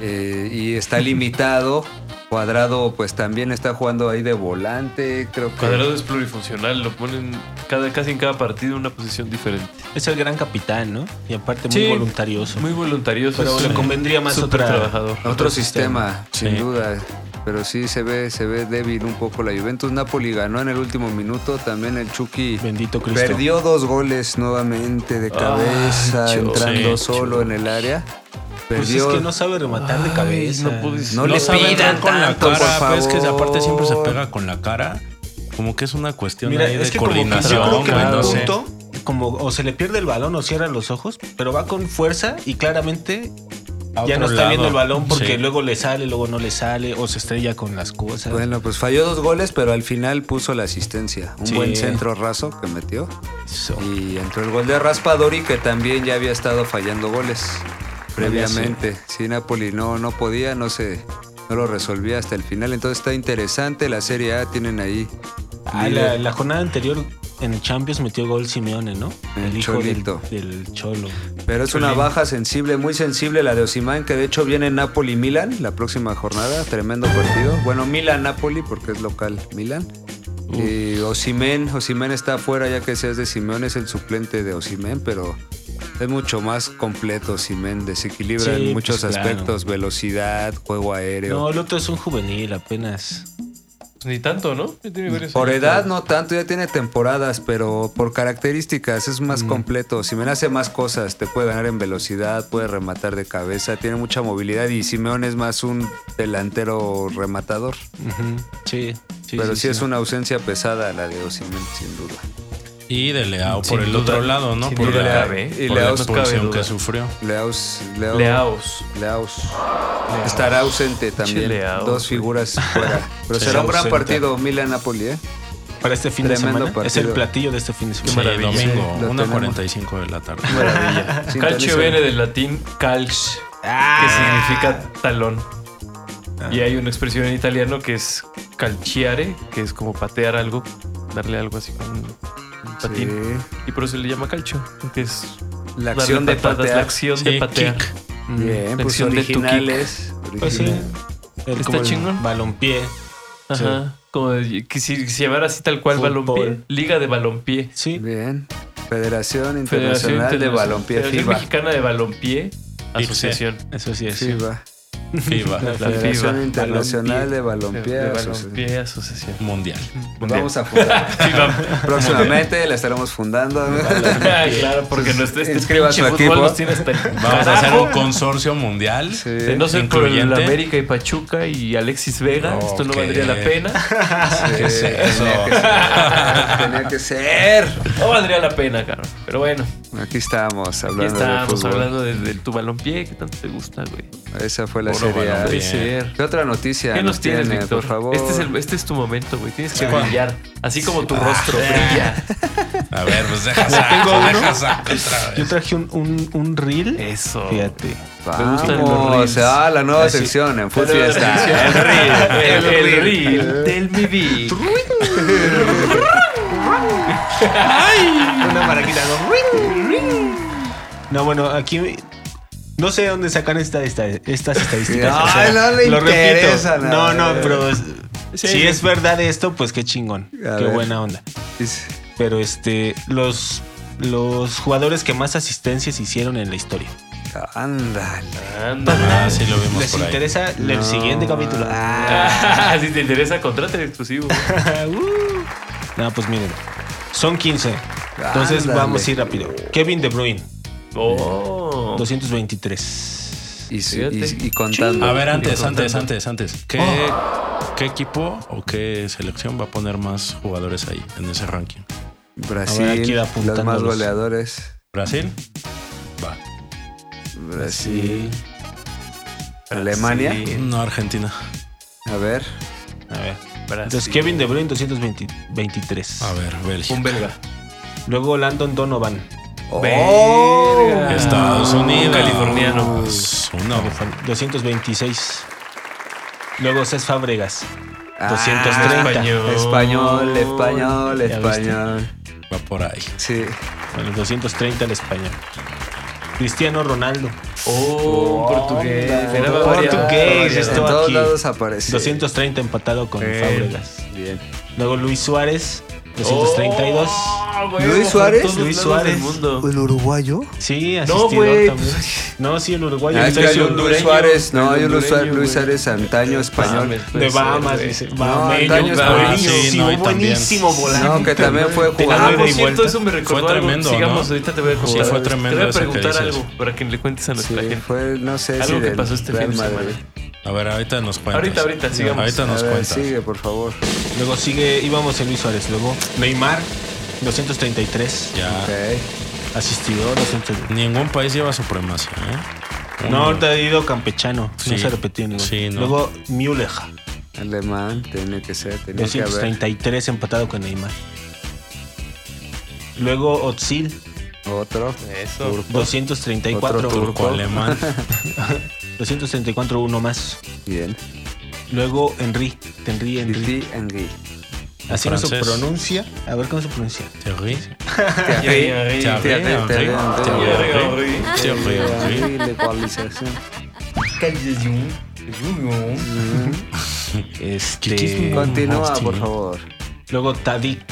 [SPEAKER 4] eh, y está limitado. Cuadrado, pues también está jugando ahí de volante, creo que.
[SPEAKER 3] Cuadrado es plurifuncional, lo ponen cada, casi en cada partido en una posición diferente.
[SPEAKER 5] Es el gran capitán, ¿no? Y aparte muy
[SPEAKER 3] Sí.
[SPEAKER 5] voluntarioso.
[SPEAKER 3] Muy voluntarioso.
[SPEAKER 5] Pero
[SPEAKER 3] es
[SPEAKER 5] le
[SPEAKER 3] un
[SPEAKER 5] convendría más
[SPEAKER 3] súper
[SPEAKER 5] otra-
[SPEAKER 3] trabajador.
[SPEAKER 4] Otro sistema, sin
[SPEAKER 6] Sí.
[SPEAKER 4] duda. Pero sí se ve, se ve débil un poco la Juventus. Napoli ganó en el último minuto. También el Chucky
[SPEAKER 5] Bendito Cristo.
[SPEAKER 4] perdió dos goles nuevamente de cabeza,
[SPEAKER 3] Ay, Chu-
[SPEAKER 4] entrando
[SPEAKER 6] sí,
[SPEAKER 4] solo en el área.
[SPEAKER 5] Pues
[SPEAKER 4] Perdió.
[SPEAKER 5] es que no sabe rematar de
[SPEAKER 3] Ay,
[SPEAKER 5] cabeza.
[SPEAKER 3] no pude ser.
[SPEAKER 4] No le
[SPEAKER 6] sabe
[SPEAKER 4] pidan
[SPEAKER 6] entrar con
[SPEAKER 4] tanto,
[SPEAKER 6] la cara,
[SPEAKER 4] por
[SPEAKER 6] pues, que aparte siempre se
[SPEAKER 4] favor.
[SPEAKER 6] pega con la cara. Como que es una cuestión
[SPEAKER 5] Mira,
[SPEAKER 6] ahí de
[SPEAKER 5] es que como que
[SPEAKER 6] coordinación,
[SPEAKER 5] yo creo que
[SPEAKER 6] güey,
[SPEAKER 5] va
[SPEAKER 6] no
[SPEAKER 5] al
[SPEAKER 6] sé.
[SPEAKER 5] punto, como o se le pierde el balón o cierra los ojos, pero va con fuerza y claramente
[SPEAKER 6] A
[SPEAKER 5] ya no
[SPEAKER 6] otro
[SPEAKER 5] está viendo
[SPEAKER 6] lado.
[SPEAKER 5] el balón porque
[SPEAKER 6] Sí.
[SPEAKER 5] luego le sale, luego no le sale o se estrella con las cosas.
[SPEAKER 4] Bueno, pues falló dos goles, pero al final puso la asistencia. Un
[SPEAKER 5] Sí.
[SPEAKER 4] buen centro raso que metió.
[SPEAKER 5] Eso.
[SPEAKER 4] Y entró el gol de Raspadori, que también ya había estado fallando goles previamente. Sí, Napoli no, no podía, no se, no lo resolvía hasta el final. Entonces está interesante la Serie A, tienen ahí
[SPEAKER 5] Ah, la, la jornada anterior en Champions metió gol Simeone, ¿no?
[SPEAKER 4] El
[SPEAKER 5] El, hijo del,
[SPEAKER 4] Cholito.
[SPEAKER 5] del Cholo.
[SPEAKER 4] Pero es una baja sensible, muy sensible la de Osimán, que de hecho viene Napoli-Milan la próxima jornada. Tremendo partido. Bueno, Milan-Napoli, porque es local Milan. Y Osimén, Osimén está afuera, ya que seas de Simeón, es el suplente de Osimén, pero es mucho más completo Osimén. Desequilibra
[SPEAKER 5] Sí,
[SPEAKER 4] en muchos
[SPEAKER 5] pues, claro.
[SPEAKER 4] aspectos: velocidad, juego
[SPEAKER 5] No,
[SPEAKER 4] aéreo.
[SPEAKER 5] el otro es un juvenil apenas.
[SPEAKER 3] Ni tanto, ¿no? Ya tiene varios
[SPEAKER 4] por
[SPEAKER 3] años.
[SPEAKER 4] edad no tanto, ya tiene temporadas, pero por características es
[SPEAKER 3] Mm.
[SPEAKER 4] más completo. Osimén hace más cosas, te puede ganar en velocidad, puede rematar de cabeza, tiene mucha movilidad y Simeón es más un delantero rematador.
[SPEAKER 5] Sí, sí.
[SPEAKER 4] pero sí, es una ausencia pesada la de Osimén, sin duda.
[SPEAKER 6] Y de Leao
[SPEAKER 3] Sin
[SPEAKER 6] por el
[SPEAKER 3] duda.
[SPEAKER 6] otro lado, ¿no?
[SPEAKER 3] Sin
[SPEAKER 6] Por
[SPEAKER 3] duda
[SPEAKER 6] la,
[SPEAKER 3] cabe, ¿eh?
[SPEAKER 4] Y
[SPEAKER 6] por la
[SPEAKER 4] Leao
[SPEAKER 3] no cabe
[SPEAKER 6] expulsión
[SPEAKER 3] duda.
[SPEAKER 6] que sufrió.
[SPEAKER 4] Leaus, Leao-
[SPEAKER 3] Leaos.
[SPEAKER 4] Leaus. Estará ausente también.
[SPEAKER 3] Leaos,
[SPEAKER 4] Dos
[SPEAKER 3] güey.
[SPEAKER 4] figuras fuera. Pero
[SPEAKER 5] Sí,
[SPEAKER 4] será un gran
[SPEAKER 5] ausente.
[SPEAKER 4] partido Milan-Napoli, ¿eh?
[SPEAKER 5] Para este fin de
[SPEAKER 4] Tremendo
[SPEAKER 5] semana. Es el
[SPEAKER 4] partido.
[SPEAKER 5] platillo de este fin de
[SPEAKER 6] Sí,
[SPEAKER 5] semana.
[SPEAKER 3] maravilla.
[SPEAKER 6] domingo,
[SPEAKER 4] Sí, lo
[SPEAKER 6] 1.45 de la tarde.
[SPEAKER 3] Maravilla.
[SPEAKER 4] Sintoniza.
[SPEAKER 3] Calcio viene del latín calch, que
[SPEAKER 4] Ah.
[SPEAKER 3] significa talón. Y hay una expresión en italiano que es calciare, que es como patear algo, darle algo así como un un patín.
[SPEAKER 4] Sí.
[SPEAKER 3] Y por eso le llama calcio, que es
[SPEAKER 4] La
[SPEAKER 3] darle
[SPEAKER 4] acción de
[SPEAKER 3] patadas,
[SPEAKER 4] patear.
[SPEAKER 3] la acción de
[SPEAKER 6] Sí,
[SPEAKER 3] patear.
[SPEAKER 6] kick.
[SPEAKER 4] Bien,
[SPEAKER 3] La
[SPEAKER 4] pues
[SPEAKER 3] acción de tu kick.
[SPEAKER 4] originales.
[SPEAKER 5] Pues sí.
[SPEAKER 4] original.
[SPEAKER 5] El,
[SPEAKER 3] Está
[SPEAKER 5] como el
[SPEAKER 3] chingón.
[SPEAKER 5] Balompié.
[SPEAKER 3] Ajá. Como de- que si, si llamara así tal cual
[SPEAKER 5] Fútbol.
[SPEAKER 3] balompié, liga de balompié.
[SPEAKER 5] Sí.
[SPEAKER 4] Bien.
[SPEAKER 3] Federación
[SPEAKER 4] Federación Internacional de
[SPEAKER 3] Internacional-
[SPEAKER 4] Balompié
[SPEAKER 3] Federación
[SPEAKER 4] FIBA.
[SPEAKER 3] Mexicana de Balompié
[SPEAKER 6] Irse.
[SPEAKER 3] Asociación.
[SPEAKER 5] Eso sí es.
[SPEAKER 4] FIBA.
[SPEAKER 6] FIBA,
[SPEAKER 5] La
[SPEAKER 3] La
[SPEAKER 4] Federación
[SPEAKER 3] FIBA.
[SPEAKER 4] Internacional de Balompié.
[SPEAKER 3] De
[SPEAKER 4] Asociación.
[SPEAKER 3] Balompié Asociación.
[SPEAKER 6] mundial.
[SPEAKER 4] Pues Vamos a fundar.
[SPEAKER 3] FIBA.
[SPEAKER 4] Próximamente la estaremos fundando.
[SPEAKER 3] Ah, claro, porque no este, este
[SPEAKER 4] Inscriba
[SPEAKER 3] pinche
[SPEAKER 4] su
[SPEAKER 3] fútbol
[SPEAKER 4] equipo.
[SPEAKER 3] nos tiene hasta el
[SPEAKER 6] Vamos a hacer
[SPEAKER 3] carajo.
[SPEAKER 6] un consorcio mundial.
[SPEAKER 4] Sí.
[SPEAKER 3] De no ser por el
[SPEAKER 6] Incluyente.
[SPEAKER 3] América y Pachuca y Alexis Vega, esto no
[SPEAKER 6] Ok.
[SPEAKER 3] valdría la pena.
[SPEAKER 4] Sí,
[SPEAKER 6] es eso?
[SPEAKER 4] Tenía que ser. Tenía que ser.
[SPEAKER 3] No valdría la pena, cabrón. Pero bueno,
[SPEAKER 4] Aquí estamos
[SPEAKER 3] aquí
[SPEAKER 4] hablando de
[SPEAKER 3] estábamos
[SPEAKER 4] fútbol.
[SPEAKER 3] hablando de, de tu balompié, que tanto te gusta, güey.
[SPEAKER 4] Esa fue la
[SPEAKER 6] Puro
[SPEAKER 4] serie. A.
[SPEAKER 6] balompié.
[SPEAKER 4] ¿Qué otra noticia?
[SPEAKER 3] ¿Qué nos tienes,
[SPEAKER 4] tiene,
[SPEAKER 3] Víctor?
[SPEAKER 4] Por favor.
[SPEAKER 3] Este es, el- este es tu momento, güey. Tienes que
[SPEAKER 6] Sí.
[SPEAKER 3] brillar. Así como tu rostro brilla.
[SPEAKER 6] A ver, pues deja saco,
[SPEAKER 3] tengo uno.
[SPEAKER 6] deja saco otra
[SPEAKER 5] Yo
[SPEAKER 6] vez.
[SPEAKER 5] traje un, un, un reel.
[SPEAKER 3] Eso.
[SPEAKER 5] Fíjate.
[SPEAKER 4] Vamos,
[SPEAKER 3] gustan los reels.
[SPEAKER 4] ah, la nueva
[SPEAKER 5] Así.
[SPEAKER 4] sección en Food
[SPEAKER 3] Pero-
[SPEAKER 4] Fiesta.
[SPEAKER 3] El reel. El,
[SPEAKER 4] El
[SPEAKER 3] el
[SPEAKER 4] reel.
[SPEAKER 3] reel del Mibi.
[SPEAKER 5] Una maraquita. ¿no? No, bueno, aquí. No sé dónde sacan esta, esta- estas estadísticas.
[SPEAKER 4] Ay, no le
[SPEAKER 5] lo repito.
[SPEAKER 4] interesa,
[SPEAKER 5] No,
[SPEAKER 4] nada.
[SPEAKER 5] no, pero es-
[SPEAKER 3] Sí.
[SPEAKER 5] si es verdad esto, pues qué chingón.
[SPEAKER 4] A
[SPEAKER 5] qué
[SPEAKER 4] ver.
[SPEAKER 5] buena onda.
[SPEAKER 4] Dice,
[SPEAKER 5] Pero este, los, los jugadores que más asistencias hicieron en la historia.
[SPEAKER 4] Ándale.
[SPEAKER 3] Ándale.
[SPEAKER 6] Ah, sí lo vimos
[SPEAKER 5] ¿Les
[SPEAKER 6] por ahí.
[SPEAKER 5] interesa el siguiente capítulo? Ah.
[SPEAKER 3] si te interesa, contrata el exclusivo.
[SPEAKER 5] Uh. No, pues miren. Son 15. Entonces
[SPEAKER 4] Ándale.
[SPEAKER 5] vamos a ir rápido. Kevin De Bruyne,
[SPEAKER 3] Oh.
[SPEAKER 5] 223.
[SPEAKER 4] Y, su-
[SPEAKER 3] Fíjate.
[SPEAKER 4] y, y contando.
[SPEAKER 6] A ver, antes,
[SPEAKER 3] Digo,
[SPEAKER 6] antes,
[SPEAKER 3] contando.
[SPEAKER 6] antes, antes. ¿Qué, ¿Qué equipo o qué selección va a poner más jugadores ahí en ese ranking?
[SPEAKER 5] Habrá que ir
[SPEAKER 4] Brasil, los más
[SPEAKER 5] apuntándolos.
[SPEAKER 4] goleadores.
[SPEAKER 6] Brasil. Va.
[SPEAKER 4] Brasil, Alemania.
[SPEAKER 3] Sí.
[SPEAKER 6] No, Argentina.
[SPEAKER 4] A ver,
[SPEAKER 5] A ver.
[SPEAKER 3] Brasil.
[SPEAKER 5] Entonces, Kevin De Bruyne, 223.
[SPEAKER 6] A ver, Bélgica.
[SPEAKER 3] Un belga.
[SPEAKER 5] Luego, Landon Donovan.
[SPEAKER 3] Oh,
[SPEAKER 4] ¡Oh!
[SPEAKER 3] Verga.
[SPEAKER 6] Estados Unidos.
[SPEAKER 3] Californiano.
[SPEAKER 6] Uno.
[SPEAKER 5] 226. Luego, Cés Fábregas.
[SPEAKER 4] Ah,
[SPEAKER 5] 230.
[SPEAKER 4] español, español,
[SPEAKER 5] Ya viste.
[SPEAKER 4] español.
[SPEAKER 6] Va por ahí.
[SPEAKER 4] Sí.
[SPEAKER 5] Bueno, 230 el español. Cristiano Ronaldo.
[SPEAKER 3] Oh, un portugués.
[SPEAKER 4] Onda.
[SPEAKER 3] Era
[SPEAKER 4] En todo-
[SPEAKER 3] variado,
[SPEAKER 5] portugués,
[SPEAKER 3] variado.
[SPEAKER 5] esto-
[SPEAKER 4] En todos
[SPEAKER 5] aquí.
[SPEAKER 4] lados aparece.
[SPEAKER 5] 230 empatado con
[SPEAKER 3] Eh.
[SPEAKER 5] Fábregas.
[SPEAKER 4] Bien.
[SPEAKER 5] Luego, Luis Suárez. 232.
[SPEAKER 3] Oh, güey,
[SPEAKER 4] Luis
[SPEAKER 3] por
[SPEAKER 4] Suárez.
[SPEAKER 3] todos
[SPEAKER 5] Luis
[SPEAKER 3] lados
[SPEAKER 5] Suárez.
[SPEAKER 3] del mundo.
[SPEAKER 4] ¿El uruguayo?
[SPEAKER 5] Sí,
[SPEAKER 3] No,
[SPEAKER 5] asistido
[SPEAKER 3] güey.
[SPEAKER 5] también. No, sí, el uruguayo.
[SPEAKER 4] Ah,
[SPEAKER 5] Yo
[SPEAKER 4] es que
[SPEAKER 5] soy
[SPEAKER 4] hay
[SPEAKER 5] su-
[SPEAKER 4] un Luis
[SPEAKER 3] hondureño,
[SPEAKER 4] Suárez. No,
[SPEAKER 3] el
[SPEAKER 4] hay un Luis Suárez,
[SPEAKER 3] hondureño,
[SPEAKER 4] Luis
[SPEAKER 3] güey.
[SPEAKER 4] Suárez antaño español. pues,
[SPEAKER 3] Mames,
[SPEAKER 4] eh,
[SPEAKER 5] De
[SPEAKER 3] puede ser,
[SPEAKER 5] Bahamas,
[SPEAKER 3] güey.
[SPEAKER 5] dice.
[SPEAKER 4] antaño
[SPEAKER 5] Bahameño,
[SPEAKER 4] es
[SPEAKER 5] buenísimo,
[SPEAKER 6] Bahamas, sí, no, y también.
[SPEAKER 5] buenísimo volante.
[SPEAKER 4] No, que también fue
[SPEAKER 5] Te
[SPEAKER 3] Ah,
[SPEAKER 5] la
[SPEAKER 4] jugador.
[SPEAKER 5] doy
[SPEAKER 3] por
[SPEAKER 5] de
[SPEAKER 3] cierto,
[SPEAKER 5] vuelta.
[SPEAKER 3] eso me recordó
[SPEAKER 6] Fue
[SPEAKER 3] algo.
[SPEAKER 6] tremendo,
[SPEAKER 3] Sigamos,
[SPEAKER 6] ¿no?
[SPEAKER 3] ahorita te voy a contar.
[SPEAKER 6] fue
[SPEAKER 3] Te
[SPEAKER 6] tremendo
[SPEAKER 3] voy a
[SPEAKER 6] eso que
[SPEAKER 3] preguntar
[SPEAKER 6] dices.
[SPEAKER 3] algo para que le cuentes a nuestra
[SPEAKER 4] Sí,
[SPEAKER 3] gente.
[SPEAKER 4] fue, no sé si
[SPEAKER 3] algo que
[SPEAKER 4] del
[SPEAKER 3] pasó este
[SPEAKER 4] Real
[SPEAKER 3] fin de semana.
[SPEAKER 4] Madrid.
[SPEAKER 6] A ver, ahorita nos cuentas.
[SPEAKER 3] Ahorita, ahorita, sigamos.
[SPEAKER 6] Ahorita nos
[SPEAKER 4] A ver,
[SPEAKER 6] cuentas.
[SPEAKER 4] sigue, por favor.
[SPEAKER 5] Luego sigue, íbamos en Luis Suárez. Luego Neymar, 233.
[SPEAKER 6] Ya.
[SPEAKER 4] Ok.
[SPEAKER 5] Asistido, 233.
[SPEAKER 6] Ningún país lleva supremacía, ¿eh?
[SPEAKER 5] No, ahorita ha ido campechano. No
[SPEAKER 6] Sí.
[SPEAKER 5] se repetía ningún.
[SPEAKER 6] Sí, no.
[SPEAKER 5] Luego Muleja,
[SPEAKER 4] Alemán, tiene que ser, tenía que haber.
[SPEAKER 5] 233 empatado con Neymar. Luego Otzil,
[SPEAKER 4] Otro.
[SPEAKER 3] Eso.
[SPEAKER 5] 234.
[SPEAKER 4] Otro turco.
[SPEAKER 6] Turco alemán.
[SPEAKER 5] 234, uno más.
[SPEAKER 4] Bien.
[SPEAKER 5] Luego Henry, Henry, Henry.
[SPEAKER 4] Titi Angui.
[SPEAKER 5] Así no se
[SPEAKER 6] francés.
[SPEAKER 5] pronuncia. A ver cómo se pronuncia.
[SPEAKER 6] Thierry.
[SPEAKER 3] Henry, Henry.
[SPEAKER 6] Thierry.
[SPEAKER 4] Henry,
[SPEAKER 6] Henry.
[SPEAKER 4] Henry.
[SPEAKER 6] Thierry.
[SPEAKER 3] Henry.
[SPEAKER 6] Thierry. Henry.
[SPEAKER 4] Angui, la ecualización.
[SPEAKER 5] Este.
[SPEAKER 4] Continúa,
[SPEAKER 6] Sí.
[SPEAKER 4] por favor.
[SPEAKER 5] Luego Tadic.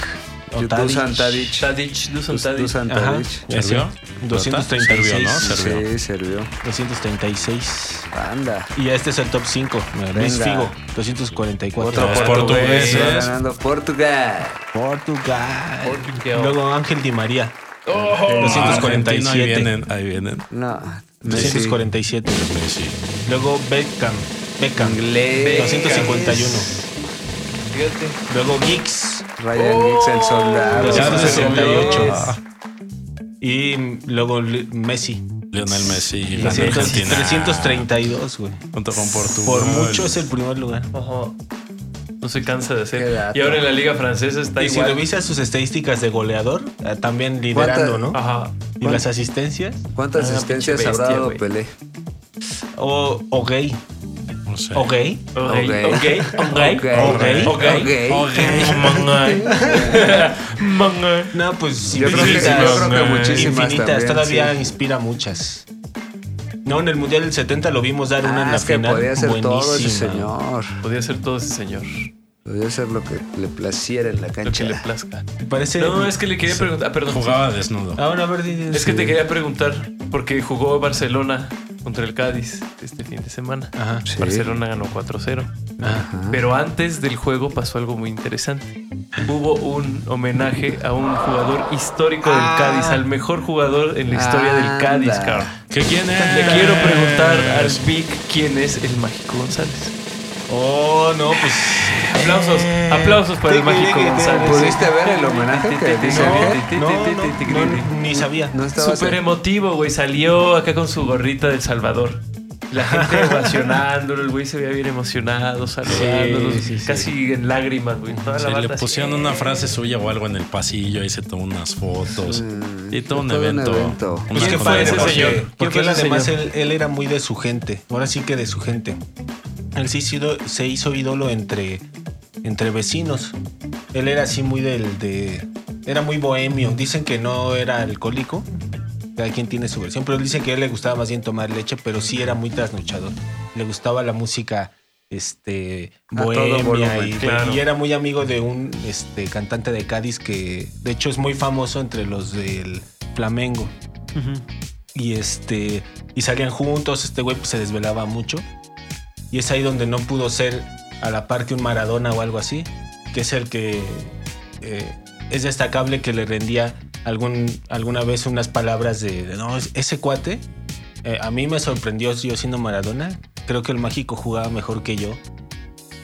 [SPEAKER 5] o
[SPEAKER 4] Dusan Tadic.
[SPEAKER 3] Tadic, Dusan Tadic.
[SPEAKER 4] Dusan
[SPEAKER 5] Ajá.
[SPEAKER 4] Tadic.
[SPEAKER 5] Ese.
[SPEAKER 6] ¿Servió?
[SPEAKER 5] 236.
[SPEAKER 6] Servió, ¿no? Serbió.
[SPEAKER 4] Sí, sirvió.
[SPEAKER 5] 236.
[SPEAKER 4] Anda.
[SPEAKER 5] Y ya este es el top 5. Luis
[SPEAKER 4] Venga.
[SPEAKER 5] Figo, 244.
[SPEAKER 4] Otro
[SPEAKER 6] Los
[SPEAKER 4] portugués. va
[SPEAKER 6] portugueses.
[SPEAKER 4] ganando Portugal.
[SPEAKER 5] Portugal.
[SPEAKER 3] Portugal.
[SPEAKER 5] Luego Ángel Di María,
[SPEAKER 6] Ah,
[SPEAKER 5] 247.
[SPEAKER 6] Argentina, Ahí vienen, ahí vienen.
[SPEAKER 4] No. Messi.
[SPEAKER 5] 247.
[SPEAKER 6] Messi.
[SPEAKER 5] Luego Beckham. Beckham.
[SPEAKER 4] Inglés.
[SPEAKER 5] 251.
[SPEAKER 3] Fíjate.
[SPEAKER 5] Luego Giggs.
[SPEAKER 4] Ryan Giggs, el soldado.
[SPEAKER 6] Ya se
[SPEAKER 5] 268.
[SPEAKER 6] Ah.
[SPEAKER 5] Y luego Le- Messi.
[SPEAKER 6] Lionel Messi ganó Argentina.
[SPEAKER 5] 332, güey.
[SPEAKER 6] Junto con Portugal.
[SPEAKER 5] Por mucho es el primer lugar.
[SPEAKER 3] Ajá. No se cansa de
[SPEAKER 4] Qué
[SPEAKER 3] hacer.
[SPEAKER 4] dato.
[SPEAKER 3] Y ahora en la liga francesa está
[SPEAKER 5] Y si
[SPEAKER 3] igual.
[SPEAKER 5] revisas sus estadísticas de goleador, eh, también liderando, ¿no?
[SPEAKER 3] Ajá.
[SPEAKER 5] Y las asistencias.
[SPEAKER 4] ¿Cuántas
[SPEAKER 3] Ah,
[SPEAKER 4] asistencias
[SPEAKER 3] pinche
[SPEAKER 4] habrá
[SPEAKER 3] bestia,
[SPEAKER 4] dado
[SPEAKER 3] güey.
[SPEAKER 4] Pelé?
[SPEAKER 5] O, o gay.
[SPEAKER 6] No sé.
[SPEAKER 5] O gay.
[SPEAKER 3] Ok,
[SPEAKER 4] Ok.
[SPEAKER 3] ok, ok,
[SPEAKER 4] Ok.
[SPEAKER 3] ok,
[SPEAKER 4] Ok.
[SPEAKER 3] Manga.
[SPEAKER 5] No, pues
[SPEAKER 4] Yo creo que-
[SPEAKER 5] infinitas.
[SPEAKER 3] yo creo que
[SPEAKER 4] muchísimas
[SPEAKER 5] infinitas.
[SPEAKER 4] también,
[SPEAKER 5] todavía
[SPEAKER 4] sí.
[SPEAKER 5] inspira muchas. No, en el Mundial del 70 lo vimos dar una en
[SPEAKER 4] Ah,
[SPEAKER 5] la
[SPEAKER 4] es que
[SPEAKER 5] final.
[SPEAKER 4] podía ser todo ese
[SPEAKER 5] Buenísima.
[SPEAKER 4] señor.
[SPEAKER 3] Podía ser todo ese señor.
[SPEAKER 4] Podía ser lo que le placiera en la
[SPEAKER 3] Lo que le
[SPEAKER 4] cancha.
[SPEAKER 3] plazca.
[SPEAKER 5] Parece.
[SPEAKER 3] No, es que le quería preguntar. ah, perdón.
[SPEAKER 6] Jugaba desnudo.
[SPEAKER 5] Ahora, a ver, di-
[SPEAKER 3] Es que te quería preguntar, porque jugó Barcelona contra el Cádiz este fin de semana.
[SPEAKER 5] Ajá.
[SPEAKER 4] Sí.
[SPEAKER 3] Barcelona ganó 4-0.
[SPEAKER 5] Ajá.
[SPEAKER 3] Pero antes del juego pasó algo muy interesante. Hubo un homenaje a un jugador histórico del
[SPEAKER 4] Ah.
[SPEAKER 3] Cádiz, al mejor jugador en la historia
[SPEAKER 4] Anda.
[SPEAKER 3] del Cádiz, cabrón.
[SPEAKER 6] ¿Qué quién es?
[SPEAKER 3] Le quiero preguntar al Vic quién es el Mágico González.
[SPEAKER 5] Oh, no, pues.
[SPEAKER 3] Aplausos,
[SPEAKER 5] Eh.
[SPEAKER 3] aplausos para el
[SPEAKER 5] Tiqui,
[SPEAKER 3] Mágico
[SPEAKER 5] tiqui,
[SPEAKER 3] González.
[SPEAKER 5] este
[SPEAKER 4] ¿Pudiste ver el homenaje que le hizo Ángel?
[SPEAKER 5] No, no, no, ni sabía.
[SPEAKER 4] No estaba
[SPEAKER 3] Súper emotivo, güey. Salió acá con su gorrita del Salvador. La gente ovacionándolo, el güey se veía bien emocionado, saludándolos,
[SPEAKER 5] Sí, sí, sí.
[SPEAKER 3] casi en lágrimas, güey. Toda la
[SPEAKER 6] Sí, le
[SPEAKER 3] banda así, eh.
[SPEAKER 6] pusieron una frase suya o algo en el pasillo, ahí se tomó unas fotos. y todo un
[SPEAKER 4] todo un
[SPEAKER 6] evento.
[SPEAKER 4] evento.
[SPEAKER 6] una
[SPEAKER 5] Pues
[SPEAKER 3] ¿Quién
[SPEAKER 5] que
[SPEAKER 3] fue
[SPEAKER 5] padre,
[SPEAKER 3] ese
[SPEAKER 5] porque-
[SPEAKER 6] conmemoración.
[SPEAKER 3] señor? ¿Quién
[SPEAKER 5] Porque
[SPEAKER 3] fue
[SPEAKER 5] él,
[SPEAKER 3] ese
[SPEAKER 5] además,
[SPEAKER 3] señor?
[SPEAKER 5] él, él era muy de su gente. Ahora sí que de su gente. Él sí sido- se hizo ídolo entre, entre vecinos. Él era así muy del. De, era muy bohemio. Dicen que no era alcohólico. Cada quien tiene su versión. Pero él dice que a él le gustaba más bien tomar leche, pero sí era muy trasnochador. Le gustaba la música. Este
[SPEAKER 4] A todo
[SPEAKER 5] bohemia
[SPEAKER 4] volumen,
[SPEAKER 5] y,
[SPEAKER 3] claro.
[SPEAKER 5] y era muy amigo de un este, cantante de Cádiz que de hecho es muy famoso entre los del Flamengo y este y salían juntos este güey pues, se desvelaba mucho y es ahí donde no pudo ser a la par que un Maradona o algo así que es el que eh, es destacable que le rendía algún alguna vez unas palabras de, de, no es- ese cuate eh, a mí me sorprendió yo siendo Maradona creo que el mágico jugaba mejor que yo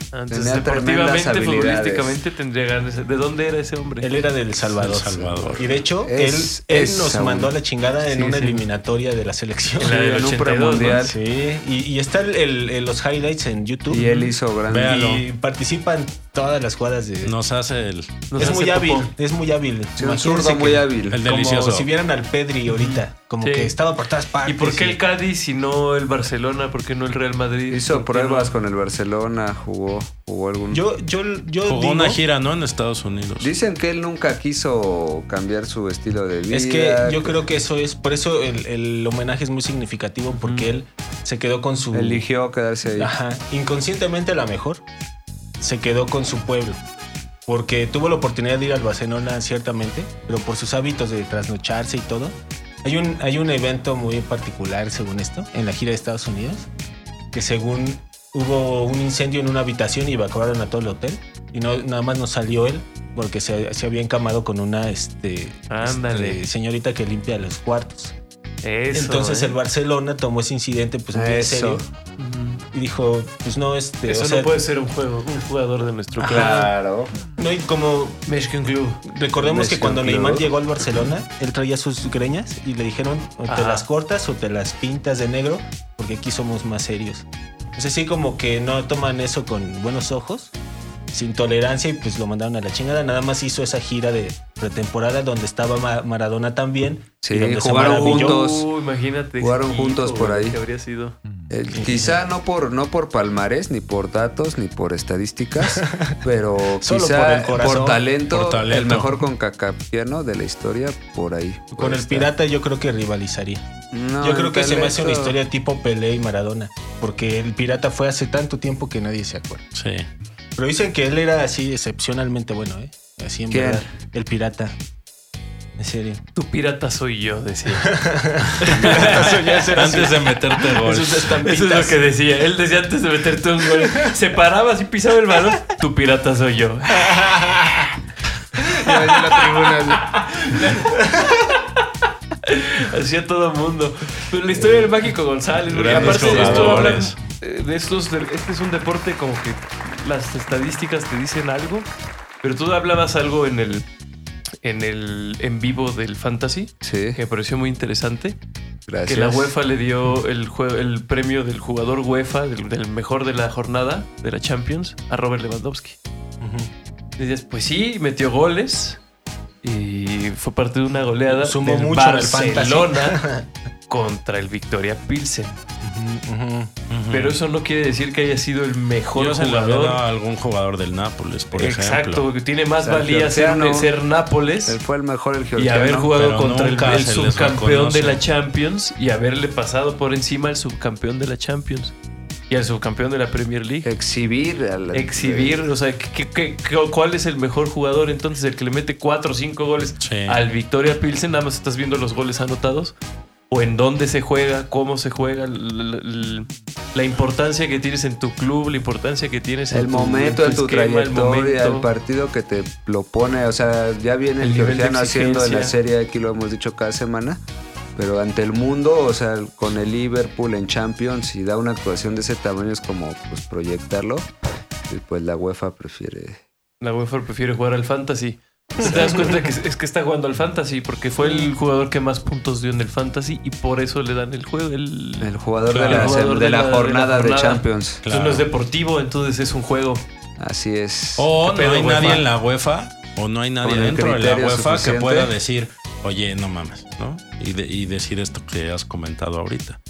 [SPEAKER 3] Entonces,
[SPEAKER 4] Tenía tremendas
[SPEAKER 3] deportivamente,
[SPEAKER 4] habilidades.
[SPEAKER 3] futbolísticamente tendría ganas. ¿De dónde era ese hombre?
[SPEAKER 5] Él era del Salvador.
[SPEAKER 6] Del Salvador.
[SPEAKER 5] Y de hecho,
[SPEAKER 4] Es-
[SPEAKER 5] él, él
[SPEAKER 4] es
[SPEAKER 5] nos
[SPEAKER 4] aún.
[SPEAKER 5] mandó a la chingada en
[SPEAKER 3] Sí,
[SPEAKER 5] una
[SPEAKER 3] sí.
[SPEAKER 5] eliminatoria de la selección.
[SPEAKER 3] En la
[SPEAKER 4] Sí,
[SPEAKER 3] del
[SPEAKER 4] en un
[SPEAKER 3] 82, ¿no?
[SPEAKER 4] premundial.
[SPEAKER 5] Sí, y, y está el- el- el- los highlights en YouTube.
[SPEAKER 4] Y él hizo grandes.
[SPEAKER 6] Vean.
[SPEAKER 5] Y participan todas las jugadas de.
[SPEAKER 6] Nos hace el,
[SPEAKER 3] Nos
[SPEAKER 5] es
[SPEAKER 3] hace
[SPEAKER 5] muy hábil,
[SPEAKER 3] popó.
[SPEAKER 5] es muy hábil.
[SPEAKER 4] Sí, un
[SPEAKER 5] Imagínense
[SPEAKER 4] zurdo muy
[SPEAKER 5] que-
[SPEAKER 4] hábil.
[SPEAKER 6] el
[SPEAKER 5] Como
[SPEAKER 6] delicioso.
[SPEAKER 5] si vieran al Pedri ahorita, como
[SPEAKER 3] Sí.
[SPEAKER 5] que estaba por todas
[SPEAKER 3] ¿Y
[SPEAKER 5] partes.
[SPEAKER 3] por qué el Cádiz y no el Barcelona? ¿Por qué no el Real Madrid?
[SPEAKER 4] Hizo
[SPEAKER 3] ¿Por qué
[SPEAKER 4] pruebas
[SPEAKER 3] no?
[SPEAKER 4] con el Barcelona, jugó, jugó algún.
[SPEAKER 5] Yo, yo, yo
[SPEAKER 6] Jugó
[SPEAKER 5] digo-
[SPEAKER 6] una gira, ¿no? En Estados Unidos.
[SPEAKER 4] Dicen que él nunca quiso cambiar su estilo de vida.
[SPEAKER 5] Es que yo creo que eso es, por eso el, el homenaje es muy significativo, porque él se quedó con su...
[SPEAKER 4] eligió quedarse ahí.
[SPEAKER 5] Ajá, inconscientemente a lo mejor, se quedó con su pueblo, porque tuvo la oportunidad de ir al Barcelona ciertamente, pero por sus hábitos de trasnocharse y todo. Hay un, hay un evento muy particular, según esto, en la gira de Estados Unidos, que según hubo un incendio en una habitación y evacuaron a todo el hotel, y no, nada más no salió él, porque se, se había encamado con una... Este,
[SPEAKER 3] Ándale.
[SPEAKER 5] este, señorita que limpia los cuartos.
[SPEAKER 3] Eso,
[SPEAKER 5] Entonces
[SPEAKER 3] ¿eh?
[SPEAKER 5] el Barcelona tomó ese incidente pues muy en
[SPEAKER 4] Eso.
[SPEAKER 5] serio y dijo, pues no, este,
[SPEAKER 3] Eso
[SPEAKER 5] o sea,
[SPEAKER 3] no puede ser un juego, un jugador de nuestro club.
[SPEAKER 4] Claro.
[SPEAKER 5] no, y como
[SPEAKER 3] Mexican Club.
[SPEAKER 5] recordemos que
[SPEAKER 4] Messi,
[SPEAKER 5] cuando
[SPEAKER 4] claro.
[SPEAKER 5] Neymar llegó al Barcelona, él traía sus greñas y le dijeron, o te
[SPEAKER 3] Ajá.
[SPEAKER 5] las cortas o te las pintas de negro, porque aquí somos más serios. Entonces sí como que no toman eso con buenos ojos. Sin tolerancia y pues lo mandaron a la chingada. Nada más hizo esa gira de pretemporada donde estaba Ma- Maradona también. y
[SPEAKER 4] Sí,
[SPEAKER 5] donde se
[SPEAKER 4] jugaron
[SPEAKER 5] maravilló.
[SPEAKER 4] juntos.
[SPEAKER 3] Uh, imagínate.
[SPEAKER 4] Jugaron
[SPEAKER 3] hijo,
[SPEAKER 4] juntos por
[SPEAKER 3] güey,
[SPEAKER 4] ahí.
[SPEAKER 3] que habría sido?
[SPEAKER 4] Eh, quizá no por no por palmarés, ni por datos, ni por estadísticas, pero
[SPEAKER 5] Solo por
[SPEAKER 4] quizá
[SPEAKER 5] el
[SPEAKER 4] por,
[SPEAKER 5] corazón.
[SPEAKER 4] talento,
[SPEAKER 6] Por talento.
[SPEAKER 4] el mejor concacafiano de la historia por ahí.
[SPEAKER 5] Con
[SPEAKER 4] Puede
[SPEAKER 5] el
[SPEAKER 4] estar.
[SPEAKER 5] pirata yo creo que rivalizaría.
[SPEAKER 4] No,
[SPEAKER 5] yo creo
[SPEAKER 4] en
[SPEAKER 5] que se me hace una
[SPEAKER 4] talento.
[SPEAKER 5] historia tipo Pelé y Maradona, porque el pirata fue hace tanto tiempo que nadie se acuerda.
[SPEAKER 6] Sí.
[SPEAKER 5] Pero dicen que él era así excepcionalmente bueno, ¿eh? Así en
[SPEAKER 4] ¿Quién?
[SPEAKER 5] verdad. El pirata. En serio.
[SPEAKER 3] Tu pirata soy yo, decía.
[SPEAKER 6] Antes de meterte gol.
[SPEAKER 5] Esos estampitas.
[SPEAKER 3] Eso es lo que decía. Él decía antes de meterte un gol. Se paraba así, pisaba el balón. Tu pirata soy yo.
[SPEAKER 4] Ya, ya la tribuna,
[SPEAKER 3] Hacía todo el mundo. Pero la historia del Mágico González, porque
[SPEAKER 6] Grandes
[SPEAKER 3] aparte de esto hablan,
[SPEAKER 6] jugadores.
[SPEAKER 3] eh, de estos, de- este es un deporte como que las estadísticas te dicen algo, pero tú hablabas algo en el en el en vivo del fantasy
[SPEAKER 4] Sí,
[SPEAKER 3] que me pareció muy interesante
[SPEAKER 4] gracias.
[SPEAKER 3] que la UEFA le dio el jue- el premio del jugador UEFA del, del mejor de la jornada de la Champions a Robert Lewandowski y dices pues sí metió goles y fue parte de una goleada
[SPEAKER 5] Sumó
[SPEAKER 3] del
[SPEAKER 5] mucho en el fantasy.
[SPEAKER 3] Barcelona contra el Victoria Pilsen
[SPEAKER 6] Mm.
[SPEAKER 3] pero eso no quiere decir que haya sido el mejor
[SPEAKER 6] Yo se lo había
[SPEAKER 3] jugador.
[SPEAKER 6] dado a algún jugador del Nápoles, por
[SPEAKER 3] Exacto,
[SPEAKER 6] ejemplo.
[SPEAKER 3] que tiene más
[SPEAKER 4] O sea,
[SPEAKER 3] valía ser,
[SPEAKER 4] Georgiano.
[SPEAKER 3] ser
[SPEAKER 4] Él
[SPEAKER 3] Nápoles
[SPEAKER 4] fue el mejor el
[SPEAKER 3] y
[SPEAKER 4] georgiano.
[SPEAKER 3] haber jugado
[SPEAKER 6] pero
[SPEAKER 3] contra el,
[SPEAKER 6] nunca
[SPEAKER 3] el
[SPEAKER 6] se les
[SPEAKER 3] subcampeón de
[SPEAKER 6] reconoce.
[SPEAKER 3] la Champions y haberle pasado por encima al subcampeón de la Champions y al subcampeón de la Premier League.
[SPEAKER 4] Exhibir. al-
[SPEAKER 3] Exhibir, o sea, ¿qué- qué- qué- ¿cuál es el mejor jugador entonces? El que le mete 4 o 5 goles
[SPEAKER 6] Sí.
[SPEAKER 3] al Victoria Pilsen, nada más estás viendo los goles anotados. O en dónde se juega, cómo se juega, l- l- l- la importancia que tienes en tu club, la importancia que tienes en
[SPEAKER 4] El
[SPEAKER 3] tu-
[SPEAKER 4] momento, en tu
[SPEAKER 3] esquema, el
[SPEAKER 4] trayectoria, el,
[SPEAKER 3] momento.
[SPEAKER 4] partido que te lo pone, o sea, ya viene el,
[SPEAKER 3] El nivel de
[SPEAKER 4] georgiano haciendo en la
[SPEAKER 3] exigencia.
[SPEAKER 4] serie, aquí lo hemos dicho cada semana, pero ante el mundo, o sea, con el Liverpool en Champions y da una actuación de ese tamaño es como pues proyectarlo, y pues la UEFA prefiere.
[SPEAKER 3] La UEFA prefiere jugar al fantasy. Te das cuenta que es es que está jugando al fantasy porque fue el jugador que más puntos dio en el fantasy y por eso le dan el juego. El,
[SPEAKER 4] El jugador,
[SPEAKER 6] Claro.
[SPEAKER 4] de, la,
[SPEAKER 6] El
[SPEAKER 3] jugador
[SPEAKER 4] de
[SPEAKER 3] de
[SPEAKER 4] la
[SPEAKER 3] la- de la
[SPEAKER 4] jornada de,
[SPEAKER 3] jornada.
[SPEAKER 4] Champions.
[SPEAKER 3] Entonces no es deportivo, entonces es un juego.
[SPEAKER 4] Así es.
[SPEAKER 6] O
[SPEAKER 3] ¿Qué
[SPEAKER 6] no hay
[SPEAKER 3] pedo,
[SPEAKER 6] nadie
[SPEAKER 3] UEFA?
[SPEAKER 6] en la UEFA, o no hay nadie
[SPEAKER 4] Con el
[SPEAKER 6] dentro de la
[SPEAKER 4] criterio
[SPEAKER 6] UEFA
[SPEAKER 4] suficiente.
[SPEAKER 6] que pueda decir, oye, no mames, ¿no? Y, de- y decir esto que has comentado ahorita.